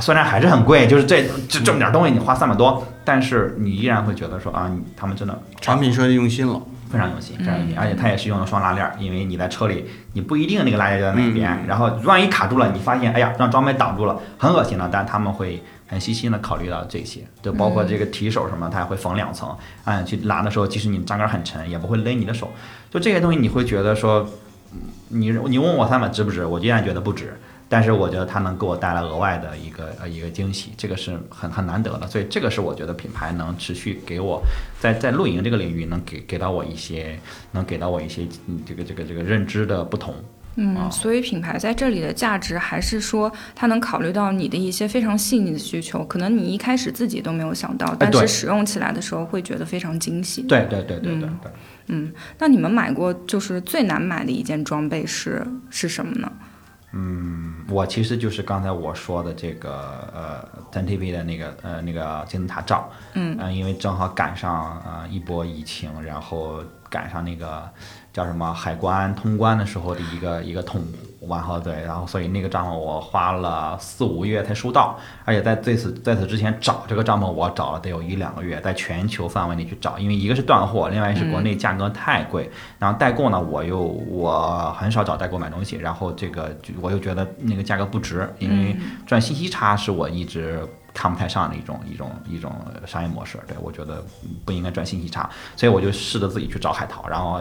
虽然还是很贵，就是这这这么点东西你花三百多，但是你依然会觉得说啊，你他们真的
产品设计用心了，
非常用心，非常用心，而且它也是用了双拉链儿，因为你在车里你不一定那个拉链就在哪边，然后万一卡住了，你发现哎呀让装备挡住了，很恶心的，但他们会很哎细心的考虑到这些，就包括这个提手什么，它也会缝两层，嗯，去拉的时候，即使你杠杆很沉，也不会勒你的手，就这些东西你会觉得说，嗯你你问我三百值不值，我依然觉得不值。但是我觉得它能给我带来额外的一个呃一个惊喜，这个是很很难得的，所以这个是我觉得品牌能持续给我在在露营这个领域能给给到我一些，能给到我一些嗯这个这个这个认知的不同。啊
嗯，所以品牌在这里的价值还是说，它能考虑到你的一些非常细腻的需求，可能你一开始自己都没有想
哎
到，但
对
是使用起来的时候会觉得非常惊喜。
对对对对对
嗯
对，
嗯，那你们买过就是最难买的一件装备是是什么呢？
我其实就是刚才我说的这个呃 ten TV 的那个呃那个金字塔照，
嗯
呃因为正好赶上呃一波疫情，然后赶上那个叫什么海关通关的时候的一个一个痛苦，然后对，然后所以那个帐篷我花了四五个月才收到，而且在这次在此之前找这个帐篷，我找了得有一两个月，在全球范围内去找，因为一个是断货，另外是国内价格太贵，然后代购呢，我又我很少找代购买东西，然后这个就我又觉得那个价格不值，因为赚信息差是我一直看不太上的一种一种一种呃商业模式，对我觉得不应该赚信息差，所以我就试着自己去找海淘，然后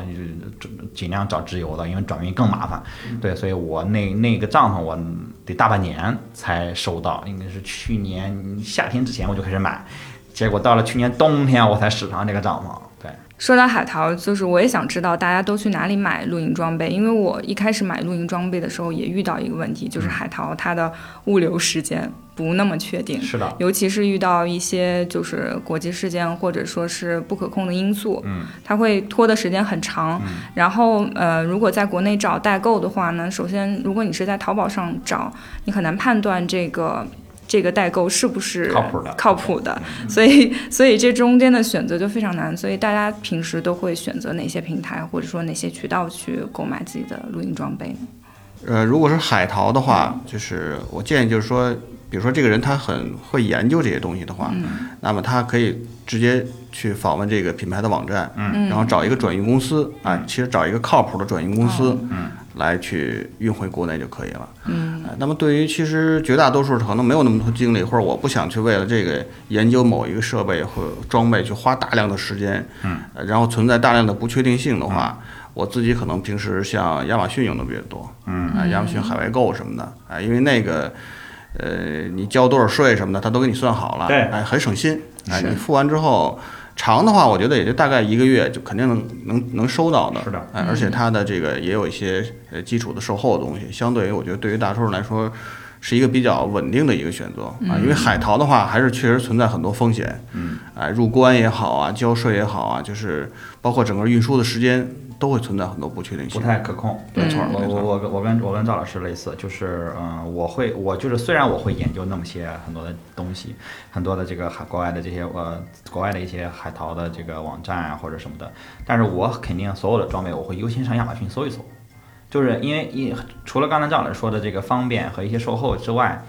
就尽量找直邮的，因为转运更麻烦，对，所以我那那个帐篷我得大半年才收到，应该是去年夏天之前我就开始买，结果到了去年冬天我才使上这个帐篷，对。
说到海淘，就是我也想知道大家都去哪里买露营装备，因为我一开始买露营装备的时候也遇到一个问题，就是海淘它的物流时间不那么确定。
是的，
尤其是遇到一些就是国际事件或者说是不可控的因素，
嗯，
它会拖的时间很长。然后呃，如果在国内找代购的话呢，首先如果你是在淘宝上找，你很难判断这个。这个代购是不是
靠谱的嗯
靠谱的，所以所以这中间的选择就非常难。所以大家平时都会选择哪些平台，或者说哪些渠道去购买自己的露营装备呢？
呃，如果是海淘的话，就是我建议就是说，比如说这个人他很会研究这些东西的话，那么他可以直接去访问这个品牌的网站，嗯，然后找一个转运公司，啊、其实找一个靠谱的转运公司，嗯，来去运回国内就可以了，嗯、那么对于其实绝大多数可能没有那么多精力，或者我不想去为了这个研究某一个设备或装备去花大量的时间，嗯，然后存在大量的不确定性的话。我自己可能平时像亚马逊用的比较多，嗯，啊，亚马逊海外购什么的，啊，因为那个，呃，你交多少税什么的，他都给你算好了，
对
啊哎，很省心，哎，你付完之后，长的话，我觉得也就大概一个月就肯定能能能收到的。
是的
哎，而且它的这个也有一些呃基础的售后的东西，相对于我觉得对于大多数人来说。是一个比较稳定的一个选择啊，因为海淘的话还是确实存在很多风险，嗯，哎，入关也好啊，交税也好啊，就是包括整个运输的时间都会存在很多不确定
不
性。
太可控。
没错
我
没错
我我跟我跟我跟赵老师类似，就是嗯、呃我会我就是虽然我会研究那么些很多的东西，很多的这个海国外的这些呃国外的一些海淘的这个网站啊或者什么的，但是我肯定所有的装备我会优先上亚马逊搜一搜，就是因为一除了刚才赵老师说的这个方便和一些售后之外，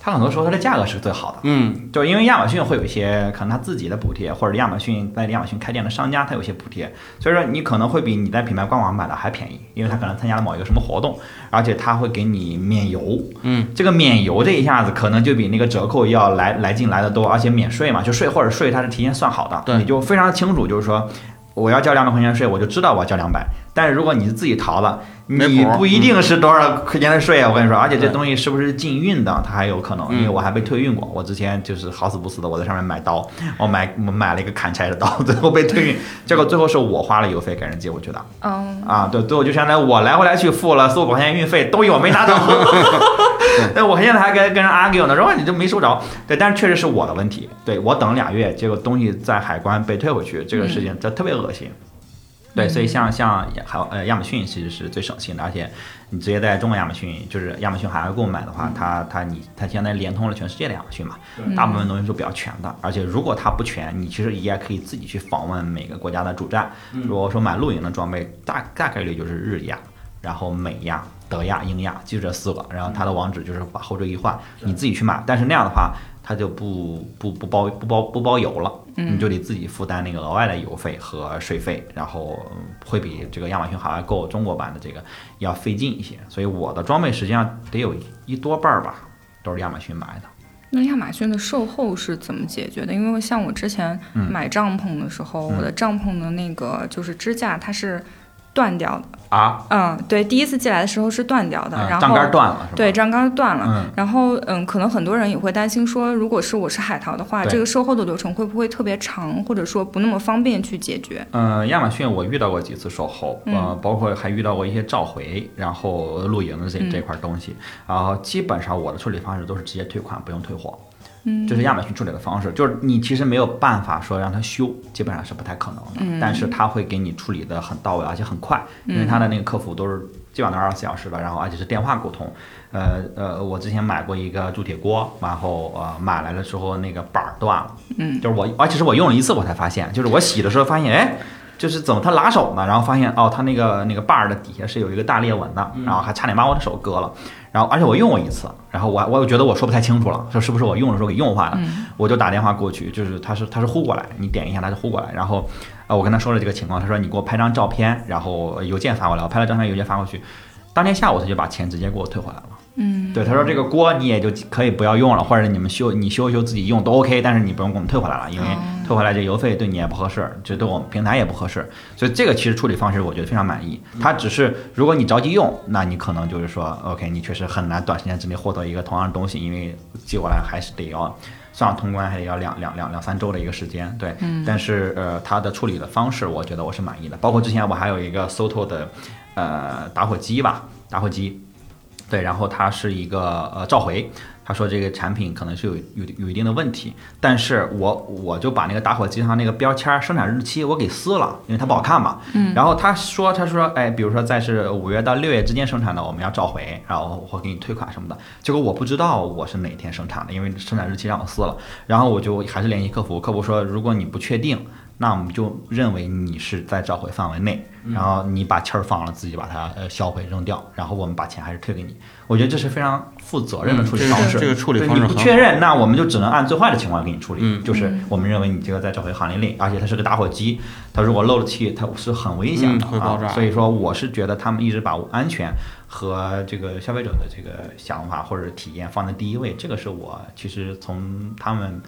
它很多时候它的价格是最好的。
嗯，
就因为亚马逊会有一些可能他自己的补贴，或者亚马逊在亚马逊开店的商家他有一些补贴，所以说你可能会比你在品牌官网买的还便宜，因为他可能参加了某一个什么活动，而且他会给你免邮。
嗯，
这个免邮这一下子可能就比那个折扣要来来进来的多，而且免税嘛，就税或者税它是提前算好的，
对
你就非常清楚，就是说。我要交两百块钱税，我就知道我要交两百。但是如果你自己逃了，
没
你
谱儿
不一
嗯
定是多少块钱的税啊！我跟你说，而且这
对
东西是不是禁运的，它还有可能，因为
嗯
我还被退运过。我之前就是好死不死的，我在上面买刀，我买我买了一个砍柴的刀，最后被
[laughs]
退运，结果最后是我花了邮费给人寄过去的
嗯，
啊！对，最后就相当于我来回来去付了四五百块钱运费，都有没拿 [laughs] 走。对，我现在还跟跟人 argue 呢，说哇你这没收着，对，但是确实是我的问题，对我等俩月，结果东西在海关被退回去，这个事情这特别恶心。对，所以像像还有呃亚马逊其实是最省心的，而且你直接在中国亚马逊，就是亚马逊海外购买的话，它它你它相当于联通了全世界的亚马逊嘛，大部分东西是比较全的。而且如果它不全，你其实也可以自己去访问每个国家的主站。如果说买露营的装备，大大概率就是日亚，然后美亚、德亚、英亚，就这四个。然后它的网址就是把后缀一换，你自己去买。但是那样的话，它就不不不包不包不包邮了，
嗯
你就得自己负担那个额外的邮费和税费，然后嗯会比这个亚马逊海外购中国版的这个要费劲一些。所以我的装备实际上得有一多半儿吧，都是亚马逊买的。
那亚马逊的售后是怎么解决的？因为像我之前
嗯
买帐篷的时候，我的帐篷的那个就是支架它是断掉的。
啊，
嗯，对，第一次寄来的时候是断掉的，然
嗯
后
账杆断了是吧？
对，账杆断了。
嗯
然后，嗯，可能很多人也会担心说，如果是我是海淘的话，
对
这个售后的流程会不会特别长，或者说不那么方便去解决？
嗯，亚马逊我遇到过几次售后，
嗯
呃，包括还遇到过一些召回，然后露营的这这块东西，然后基本上我的处理方式都是直接退款，不用退货。嗯，这是亚马逊处理的方式，就是你其实没有办法说让它修，基本上是不太可能的。但是它会给你处理的很到位，而且很快，因为它的那个客服都是基本上都是二十四小时的，然后而且是电话沟通。呃呃，我之前买过一个铸铁锅，然后呃买来了之后那个板儿断了，嗯，就是我，而且是我用了一次我才发现，就是我洗的时候发现，哎，就是怎么它拉手呢？然后发现哦，它那个那个把儿的底下是有一个大裂纹的，然后还差点把我的手割了。然后而且我用过一次，然后我我又觉得我说不太清楚了，说是不是我用的时候给用坏了？我就打电话过去，就是他是他是呼过来，你点一下他就呼过来，然后。呃，我跟他说了这个情况，他说你给我拍张照片，然后邮件发过来，我拍了照片，邮件发过去，当天下午他就把钱直接给我退回来了。嗯，对，他说这个锅你也就可以不要用了，或者你们修你修一修自己用都 OK，但是你不用给我们退回来了，因为退回来这邮费对你也不合适，就对我们平台也不合适，所以这个其实处理方式我觉得非常满意。它只是如果你着急用，那你可能就是说 OK，你确实很难短时间之内获得一个同样的东西，因为寄过来还是得要算上通关还得要两两两两三周的一个时间，对。但是呃，它的处理的方式，我觉得我是满意的。包括之前我还有一个 Soto 的呃打火机吧，打火机，对，然后它是一个呃召回。他说这个产品可能是有有有一定的问题，但是我我就把那个打火机上那个标签儿生产日期我给撕了，因为它不好看嘛。嗯。然后他说他说哎，比如说在是五月到六月之间生产的，我们要召回，然后我会给你退款什么的。结果我不知道我是哪天生产的，因为生产日期让我撕了。然后我就还是联系客服，客服说如果你不确定，那我们就认为你是在召回范围内，然后你把气儿放了，自己把它呃销毁扔掉，然后我们把钱还是退给你。我觉得这是非常负责任的处理
嗯这
方
个
式。
这个处理
对
方式
你不
很
确
好
认，那我们就只能按最坏的情况给你处理，
嗯
就是我们认为你这个在召回行业内，而且它是个打火机，它如果漏了气，它是很危险的、
嗯会爆炸
啊。所以说，我是觉得他们一直把安全和这个消费者的这个想法或者体验放在第一位，这个是我其实从他们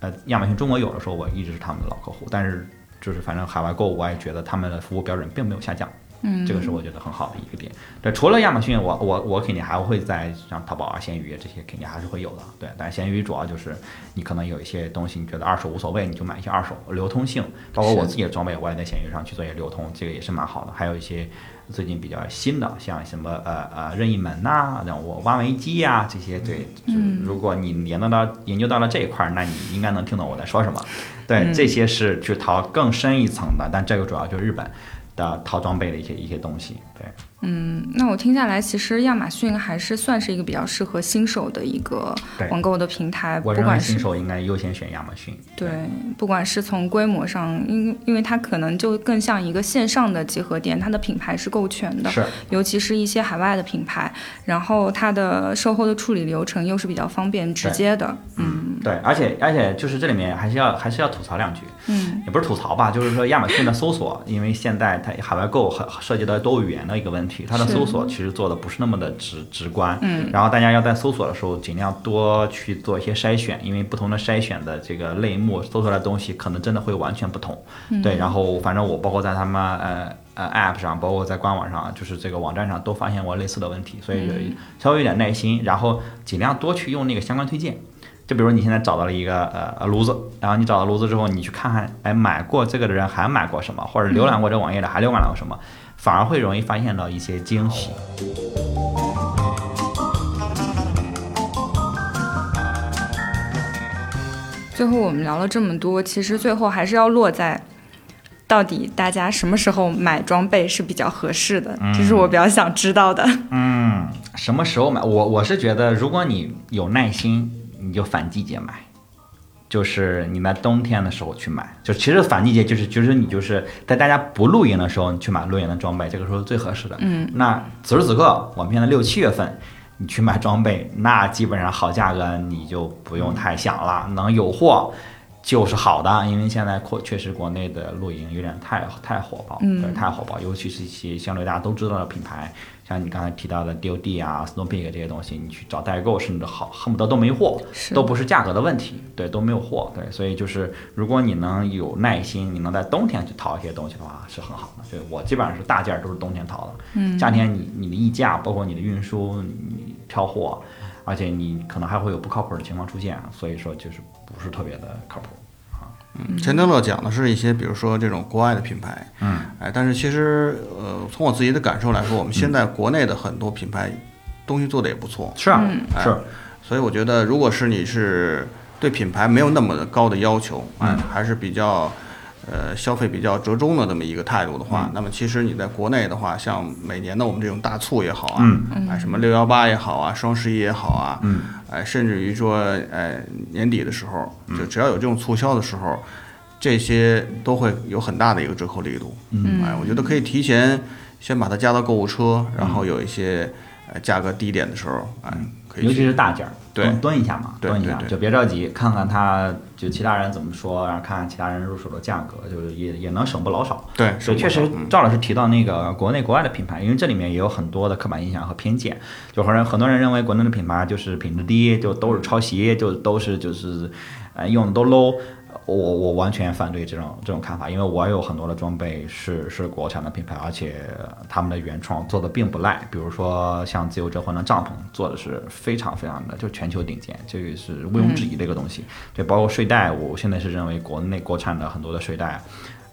呃亚马逊中国有的时候，我一直是他们的老客户，但是就是反正海外购我也觉得他们的服务标准并没有下降。嗯，这个是我觉得很好的一个点。对，除了亚马逊，我我我肯定还会在像淘宝啊、闲鱼这些肯定还是会有的。对，但闲鱼主要就是你可能有一些东西你觉得二手无所谓，你就买一些二手，流通性。包括我自己的装备，我也在闲鱼上去做一些流通，这个也是蛮好的。还有一些最近比较新的，像什么呃呃任意门呐、然后我挖煤机呀、这些，对，
嗯
就是如果你研究到研究到了这一块儿，那你应该能听懂我在说什么。
嗯
对，这些是去淘更深一层的，但这个主要就是日本的淘装备的一些一些东西。对，
嗯，那我听下来，其实亚马逊还是算是一个比较适合新手的一个
对
网购的平台，
我
呃
认
不
为
管
新
是
手应该优先选亚马逊。
对，不管是从规模上，因因为它可能就更像一个线上的集合店，它的品牌是够全的，
是
尤其是一些海外的品牌，然后它的售后的处理流程又是比较方便直接的，嗯
对，而且而且就是这里面还是要还是要吐槽两句，
嗯，
也不是吐槽吧，就是说亚马逊的搜
[laughs]
索，因为现在它海外购很涉及到多语言的一个问题，它的
是
搜索其实做的不是那么的直直观，
嗯，
然后大家要在搜索的时候尽量多去做一些筛选，因为不同的筛选的这个类目搜出来的东西可能真的会完全不同，对，然后反正我包括在他们呃呃 App 上，包括在官网上，就是这个网站上都发现过类似的问题，所以有稍微有点耐心，然后尽量多去用那个相关推荐。就比如你现在找到了一个呃呃炉子，然后你找到炉子之后，你去看看，哎，买过这个的人还买过什么，或者浏览过这网页的还浏览过什么，反而会容易发现到一些惊喜。
最后我们聊了这么多，其实最后还是要落在。到底大家什么时候买装备是比较合适的？这是我比较想知道的。
嗯，什么时候买？我我是觉得，如果你有耐心，你就反季节买，就是你在冬天的时候去买。就其实反季节就是就是你就是在大家不露营的时候，你去买露营的装备，这个时候是最合适的。嗯，那此时此刻，我们现在六七月份。你去买装备，那基本上好价格你就不用太想了，能有货就是好的，因为现在国确实国内的露营有点太太火爆，
嗯
对，太火爆，尤其是一些相对大家都知道的品牌，像你刚才提到的 DOD 啊、Snow Peak 这些东西，你去找代购，甚至好恨不得都没货，
是
都不是价格的问题，对，都没有货，对，所以就是如果你能有耐心，你能在冬天去淘一些东西的话，是很好的。对我基本上是大件儿都是冬天淘的，嗯，夏天你你的溢价，包括你的运输、你挑货，而且你可能还会有不靠谱的情况出现，所以说就是不是特别的靠谱。
钱德勒讲的是一些，比如说这种国外的品牌，嗯，哎，但是其实呃，从我自己的感受来说，我们现在国内的很多品牌东西做的也不错，
是啊，
哎
是，
所以我觉得，如果是你是对品牌没有那么高的要求，
嗯
哎，还是比较呃消费比较折中的这么一个态度的
嗯
话，那么其实你在国内的话，像每年的我们这种大促也好啊，
嗯
哎，什么六幺八也好啊，双十一也好啊，
嗯，
哎，甚至于说，哎，年底的时候，
嗯
就只要有这种促销的时候，这些都会有很大的一个折扣力度。嗯，哎，我觉得可以提前先把它加到购物车，然
嗯
后有一些呃价格低点的时候，哎，可以
尤
去
其是大件儿，
对
蹲蹲一下嘛，
对
蹲一下
对对
就别着急，看看他就其他人怎么说，然后看看其他人入手的价格，就是也也能省不老少。
对，
所以确
是
实
的嗯，
赵老师提到那个国内国外的品牌，因为这里面也有很多的刻板印象和偏见，就很多人很多人认为国内的品牌就是品质低，就都是抄袭，就都是就是，呃，用的都 low。我我完全反对这种这种看法，因为我有很多的装备是是国产的品牌，而且他们的原创做的并不赖。比如说像自由折魂的帐篷做的是非常非常的就全球顶尖，这个是毋庸置疑的一个东西。对，包括睡袋，我现在是认为国内国产的很多的睡袋，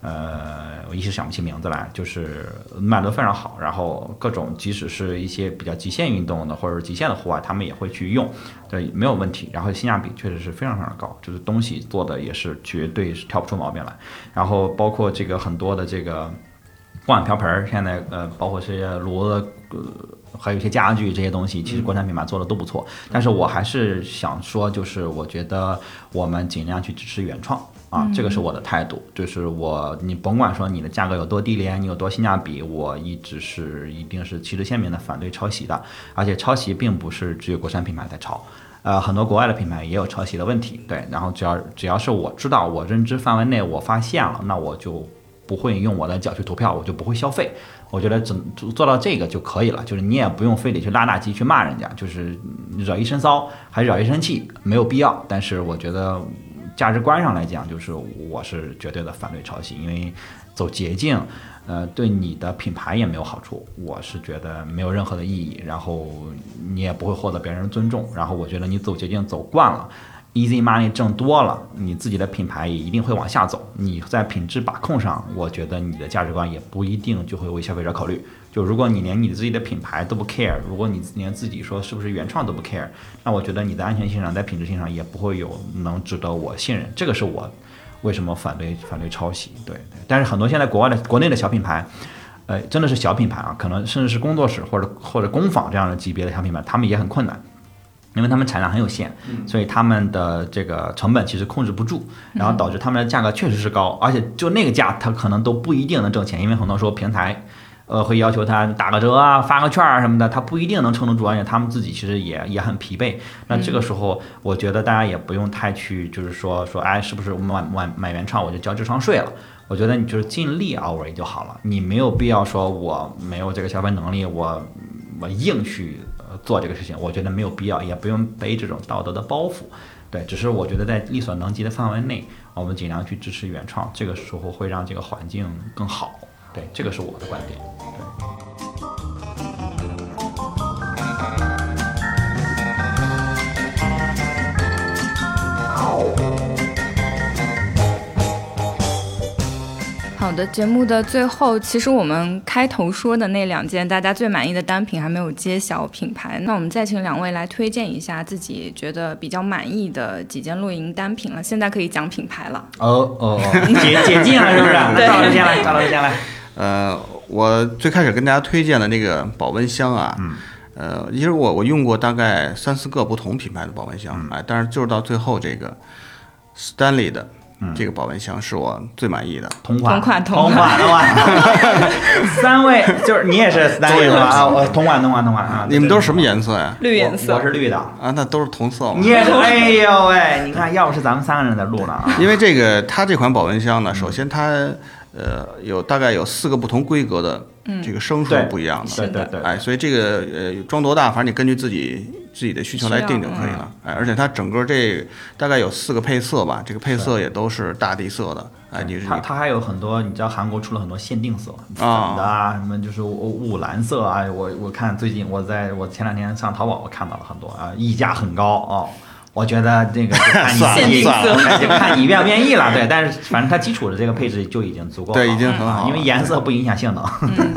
呃，我一时想不起名字来，就是卖得非常好，然后各种即使是一些比较极限运动的或者是极限的户外，他们也会去用，对，没有问题。然后性价比确实是非常非常高，就是东西做的也是绝对是挑不出毛病来。然后包括这个很多的这个锅碗瓢盆儿，现在呃，包括这些炉子。呃还有一些家具这些东西，其实国产品牌做的都不错，但是我还是想说，就是我觉得我们尽量去支持原创啊，这个是我的态度。就是我，你甭管说你的价格有多低廉，你有多性价比，我一直是一定是旗帜鲜明的反对抄袭的。而且抄袭并不是只有国产品牌在抄，呃，很多国外的品牌也有抄袭的问题。对，然后只要只要是我知道我认知范围内我发现了，那我就不会用我的脚去投票，我就不会消费。我觉得只做做到这个就可以了，就是你也不用非得去拉大旗去骂人家，就是惹一身骚还惹一身气，没有必要。但是我觉得价值观上来讲，就是我是绝对的反对抄袭，因为走捷径，呃，对你的品牌也没有好处。我是觉得没有任何的意义，然后你也不会获得别人的尊重。然后我觉得你走捷径走惯了。Easy money 挣多了，你自己的品牌也一定会往下走。你在品质把控上，我觉得你的价值观也不一定就会为消费者考虑。就如果你连你自己的品牌都不 care，如果你连自己说是不是原创都不 care，那我觉得你在安全性上，在品质性上也不会有能值得我信任。这个是我为什么反对反对抄袭。对，对但是很多现在国外的国内的小品牌。呃，真的是小品牌啊，可能甚至是工作室或者或者工坊这样的级别的小品牌，他们也很困难。因为他们产量很有限，所以他们的这个成本其实控制不住，然后导致他们的价格确实是高，而且就那个价，它可能都不一定能挣钱，因为很多时候平台，呃，会要求他打个折啊、发个券啊什么的，他不一定能撑得住，而且他们自己其实也也很疲惫。那这个时候，我觉得大家也不用太去，就是说说，哎，是不是我买买买原创我就交智商税了？我觉得你就是尽力而为就好了，你没有必要说我没有这个消费能力，我我硬去呃做这个事情，我觉得没有必要，也不用背这种道德的包袱。对，只是我觉得在力所能及的范围内，我们尽量去支持原创，这个时候会让这个环境更好。对，这个是我的观点。
好的，节目的最后，其实我们开头说的那两件大家最满意的单品还没有揭晓品牌，那我们再请两位来推荐一下自己觉得比较满意的几件露营单品了。现在可以讲品牌了，
哦
[laughs]
哦，解解禁了是不是？
啊对
赵老师先来，赵老师先来。
呃，我最开始跟大家推荐的那个保温箱啊，
嗯
呃，其实我我用过大概三四个不同品牌的保温箱，
嗯
哎、但是就是到最后这个 Stanley 的嗯
嗯
这个保温箱是我最满意的。
同款
同款
同
同
款的
[laughs]
话，三位就是你也是三位是吧？啊，我同款同款同款啊！
你们都是什么颜色呀、
绿颜
我？
色
我是绿的，
啊？那都是同色吗
你？
[laughs]
也是。哎呦喂，你看，要不是咱们三个人在录呢啊，
因为这个它这款保温箱呢，首先它呃有大概有四个不同规格的这个升
嗯
数
对
不一样的，
对对对，
哎，所以这个呃装多大，反正你根据自己自己的需求来定就可
嗯
以了。哎，而且它整个这大概有四个配色吧，这个配色也都是大地色的。哎，你是
它
你
它还有很多，你知道韩国出了很多限定色，粉
啊
的啊，什么就是五五蓝色啊。我我看最近我在我前两天上淘宝，我看到了很多啊，溢价很高哦。我觉得这个就看你
算
自
了
己，哎
算
就看你愿不愿意了。对，但是反正它基础的这个配置就已经足够好了，
对已经很好
啊因为
了
颜色不影响性能。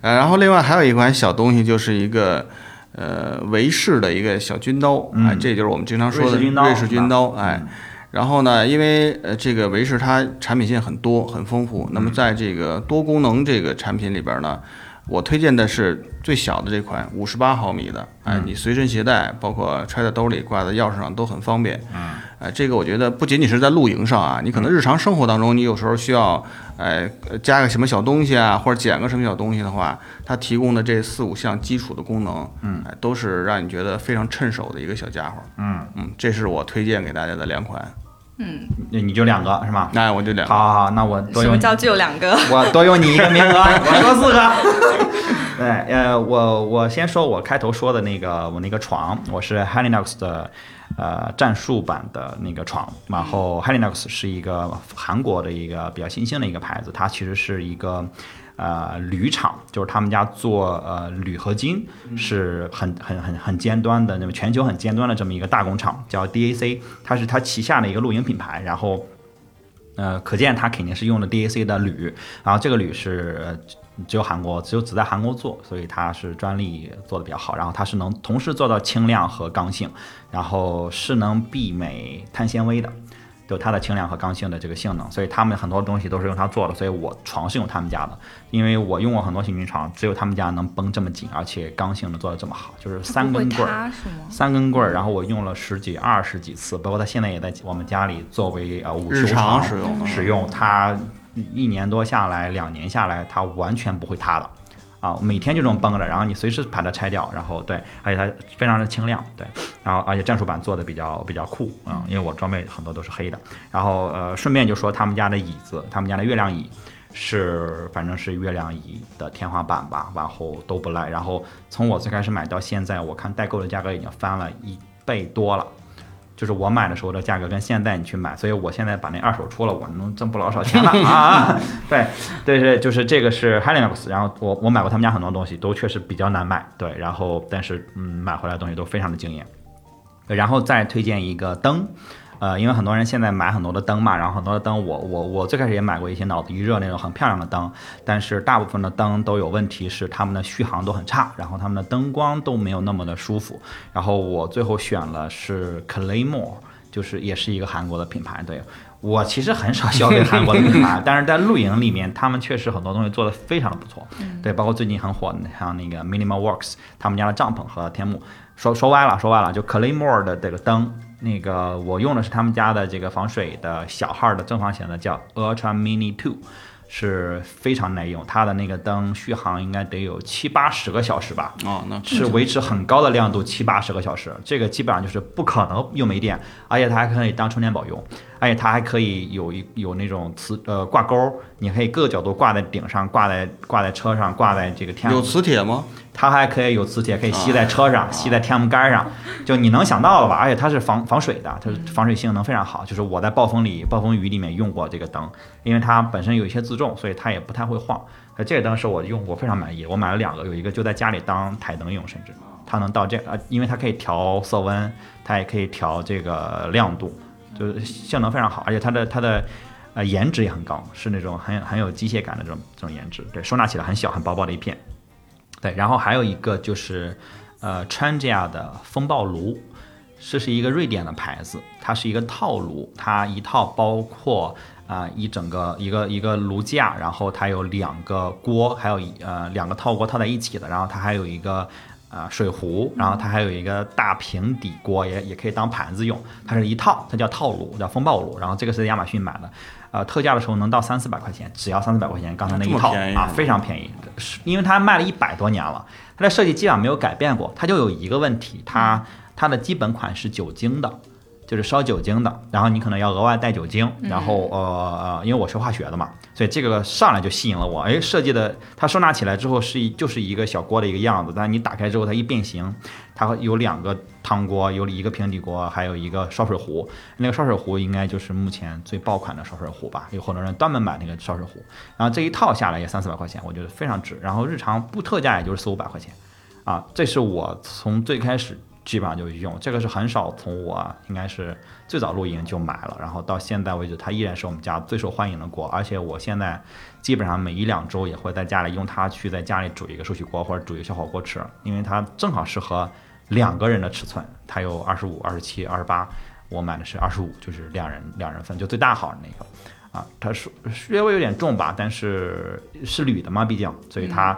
呃，然后另外还有一款小东西，就是一个呃维氏的一个小军刀，
嗯
哎，这就是我们经常说
瑞
的
士军刀
瑞士军刀，
嗯
哎。然后呢，因为呃这个维氏它产品线很多很丰富，那么在这个多功能这个产品里边呢，我推荐的是最小的这款五十八毫米的，哎，你随身携带，包括揣在兜里、挂在钥匙上都很方便。嗯，哎，这个我觉得不仅仅是在露营上啊，你可能日常生活当中，你有时候需要哎加个什么小东西啊，或者捡个什么小东西的话，它提供的这四五项基础的功能，嗯，都是让你觉得非常趁手的一个小家伙。
嗯
嗯，这是我推荐给大家的两款。
那你就两个是吗？
那我就两
好
个，
好好，那我多
什
用
么
你
叫只有两个？
[laughs] 我多用你一个名额，我说四个。 [laughs] 对，呃，我我先说，我开头说的那个我那个床，我是 Helinox 的呃战术版的那个床，然后 Helinox 是一个韩国的一个比较新兴的一个牌子，它其实是一个。呃，铝厂就是他们家做呃铝合金，是很很很很尖端的，那么全球很尖端的这么一个大工厂，叫 DAC，它是它旗下的一个露营品牌，然后呃，可见它肯定是用的 DAC 的铝，然后这个铝是呃只只有韩国，只有只在韩国做，所以它是专利做的比较好。然后它是能同时做到轻量和刚性，然后是能媲美碳纤维的，就它的轻量和刚性的这个性能。所以他们很多东西都是用它做的，所以我床是用他们家的，因为我用过很多行军床，只有他们家能绷这么紧，而且刚性能做的这么好，就是
[laughs]
三
不会
根棍儿。
塌是吗？
三根棍儿，然后我用了十几、二十几次，包括它现在也在我们家里作为呃午休
日常
床
使用啊
使用，它一年多下来，两年下来，它完全不会塌的。啊，每天就这种绷着，然后你随时把它拆掉，然后对，而且它非常的轻量，对，然后而且战术版做的比较比较酷，嗯，因为我装备很多都是黑的，然后呃，顺便就说他们家的椅子，他们家的月亮椅是反正是月亮椅的天花板吧，然后都不赖，然后从我最开始买到现在，我看代购的价格已经翻了一倍多了，就是我买的时候的价格跟现在你去买，所以我现在把那二手出了，我能挣不老少钱了 [laughs] 啊！对，对对，就是这个是 Helix，然后我我买过他们家很多东西，都确实比较难买，对，然后但是嗯，买回来的东西都非常的惊艳。然后再推荐一个灯，呃，因为很多人现在买很多的灯嘛，然后很多的灯我，我我最开始也买过一些脑子一热那种很漂亮的灯，但是大部分的灯都有问题，是它们的续航都很差，然后它们的灯光都没有那么的舒服。然后我最后选了是 Claymore，就是也是一个韩国的品牌，对。我其实很少消费韩国的品牌，但是在露营里面，他们确实很多东西做的非常的不错，对，包括最近很火的像那个 Minimal Works 他们家的帐篷和天幕，说说歪了，说歪了，就 Claymore 的这个灯，那个我用的是他们家的这个防水的小号的正方形的，叫 Ultra Mini Two，是非常耐用，它的那个灯续航应该得有七八十个小时吧，
哦，那
是维持很高的亮度七八十个小时，这个基本上就是不可能又没电，而且它还可以当充电宝用，而且它还可以有一有那种磁呃挂钩儿，你可以各个角度挂在顶上，挂在挂在车上，挂在这个天
有磁铁吗？
它还可以有磁铁，可以吸在车上，吸在天幕杆上，就你能想到的吧？而且它是防防水的，它是防水性能非常好。就是我在暴风里、暴风雨里面用过这个灯，因为它本身有一些自重，所以它也不太会晃。呃，这个灯是我用过非常满意，我买了两个，有一个就在家里当台灯用，甚至它能到这啊、因为它可以调色温，它也可以调这个亮度，就是性能非常好，而且它的它的。呃，颜值也很高，是那种很很有机械感的这种这种颜值，对，收纳起来很小，很薄薄的一片，对，然后还有一个就是，呃，Trangia 的风暴炉，这是一个瑞典的牌子，它是一个套炉，它一套包括啊、一整个一个一个炉架，然后它有两个锅，还有一呃两个套锅套在一起的，然后它还有一个。啊，水壶，然后它还有一个大平底锅，也也可以当盘子用。它是一套，它叫套炉，叫风暴炉。然后这个是亚马逊买的，呃，特价的时候能到三四百块钱，只要三四百块钱，刚才那一
这么
套
便宜
啊，非常便宜，是因为它卖了一百多年了，它的设计基本上没有改变过，它就有一个问题，它它的基本款是酒精的。就是烧酒精的，然后你可能要额外带酒精，然后呃呃，因为我学化学的嘛，所以这个上来就吸引了我。哎，设计的它收纳起来之后是一就是一个小锅的一个样子，但你打开之后它一变形，它会有两个汤锅，有一个平底锅，还有一个烧水壶。那个烧水壶应该就是目前最爆款的烧水壶吧，有很多人专门买那个烧水壶。然后这一套下来也三四百块钱，我觉得非常值。然后日常不特价也就是四五百块钱，啊，这是我从最开始基本上就用，这个是很少从我应该是最早露营就买了，然后到现在为止，它依然是我们家最受欢迎的锅，而且我现在基本上每一两周也会在家里用它去在家里煮一个寿喜锅或者煮一个小火锅吃，因为它正好适合两个人的尺寸，它有二十五、二十七、二十八，我买的是二十五，就是两人两人份，就最大号的那个。啊，它是略微有点重吧，但是是铝的嘛，毕竟，所以它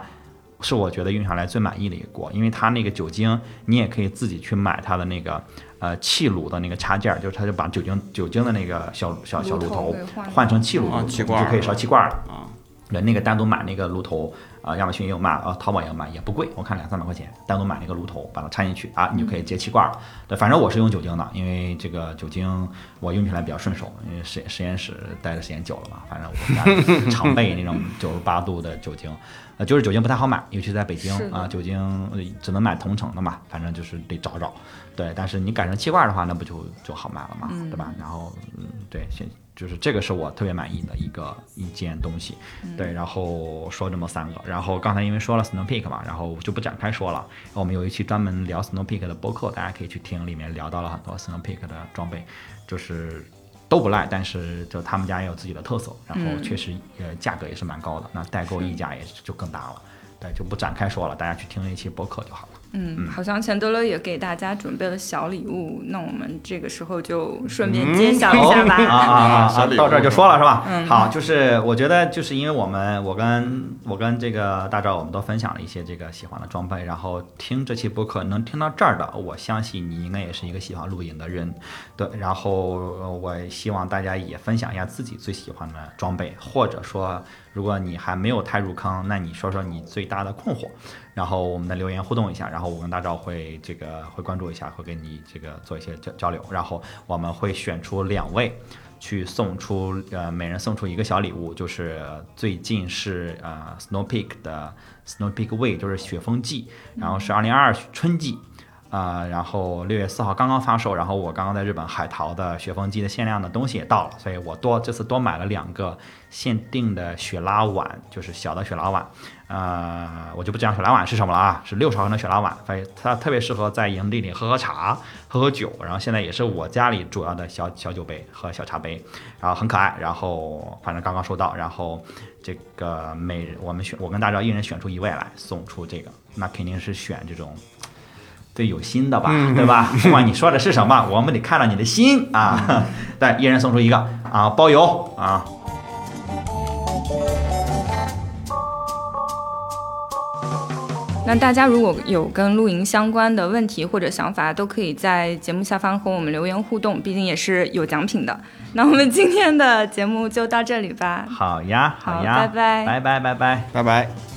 是我觉得用下来最满意的一个锅，因为它那个酒精，你也可以自己去买它的那个呃气炉的那个插件儿，就是它就把酒精酒精的那个小小小
炉
炉
头
头
给换了
换成气炉，
啊气罐儿
就可以烧气罐儿了
啊。
对，那个单独买那个炉头啊、亚马逊也有卖啊、淘宝也有卖，也不贵，我看两三百块钱，单独买那个炉头，把它插进去啊，你就可以接气罐儿了。对，反正我是用酒精的，因为这个酒精我用起来比较顺手，因为实实验室待的时间久了嘛，反正我
[laughs]
们家常备那种九十八度的酒精，呃，就是酒精不太好买，尤其在北京
是的
啊，酒精呃只能买同城的嘛，反正就是得找找。对，但是你改成气罐的话，那不就就好买了嘛，对吧？然后，嗯，对，现就是这个是我特别满意的一个一件东西。
嗯
对，然后说这么三个，然后刚才因为说了 Snow Peak 嘛，然后就不展开说了。我们有一期专门聊 Snow Peak 的播客，大家可以去听，里面聊到了很多 Snow Peak 的装备，就是都不赖，但是就他们家也有自己的特色，然后确实呃价格也是蛮高的，那代购溢价也就更大了。对，就不展开说了，大家去听那期播客就好了。
嗯，好像钱德勒也给大家准备了小礼物，那我们这个时候就顺
嗯
便揭晓一下吧。
啊啊啊
小
啊！
礼物
到这儿就说了是吧？
嗯
好，就是我觉得就是因为我们我跟我跟这个大赵我们都分享了一些这个喜欢的装备，然后听这期播客能听到这儿的，我相信你应该也是一个喜欢露营的人，对。然后呃我也希望大家也分享一下自己最喜欢的装备，或者说如果你还没有太入坑，那你说说你最大的困惑，然后我们的留言互动一下，然后我跟大赵会这个会关注一下，会跟你这个做一些交交流，然后我们会选出两位去送出呃每人送出一个小礼物，就是呃最近是呃 Snow Peak 的 Snow Peak Way，就是雪峰季，然后是二零二二春季。啊、然后六月四号刚刚发售，然后我刚刚在日本海淘的雪峰机的限量的东西也到了，所以我多这次多买了两个限定的雪拉碗，就是小的雪拉碗，呃，我就不讲雪拉碗是什么了啊，是六十毫升的雪拉碗，所以它特别适合在营地里喝喝茶、喝喝酒，然后现在也是我家里主要的小小酒杯和小茶杯，然后很可爱，然后反正刚刚收到，然后这个每我们选我跟大钊一人选出一位来送出这个，那肯定是选这种嗯最有心的吧，
嗯
对吧？不管你说的是什么，我们得看到你的心 [laughs]
嗯
啊，对，一人送出一个啊，包邮啊。
那大家如果有跟露营相关的问题或者想法，都可以在节目下方和我们留言互动，毕竟也是有奖品的。那我们今天的节目就到这里吧，
好呀，
好
呀，
拜拜
拜拜，拜拜。
拜拜。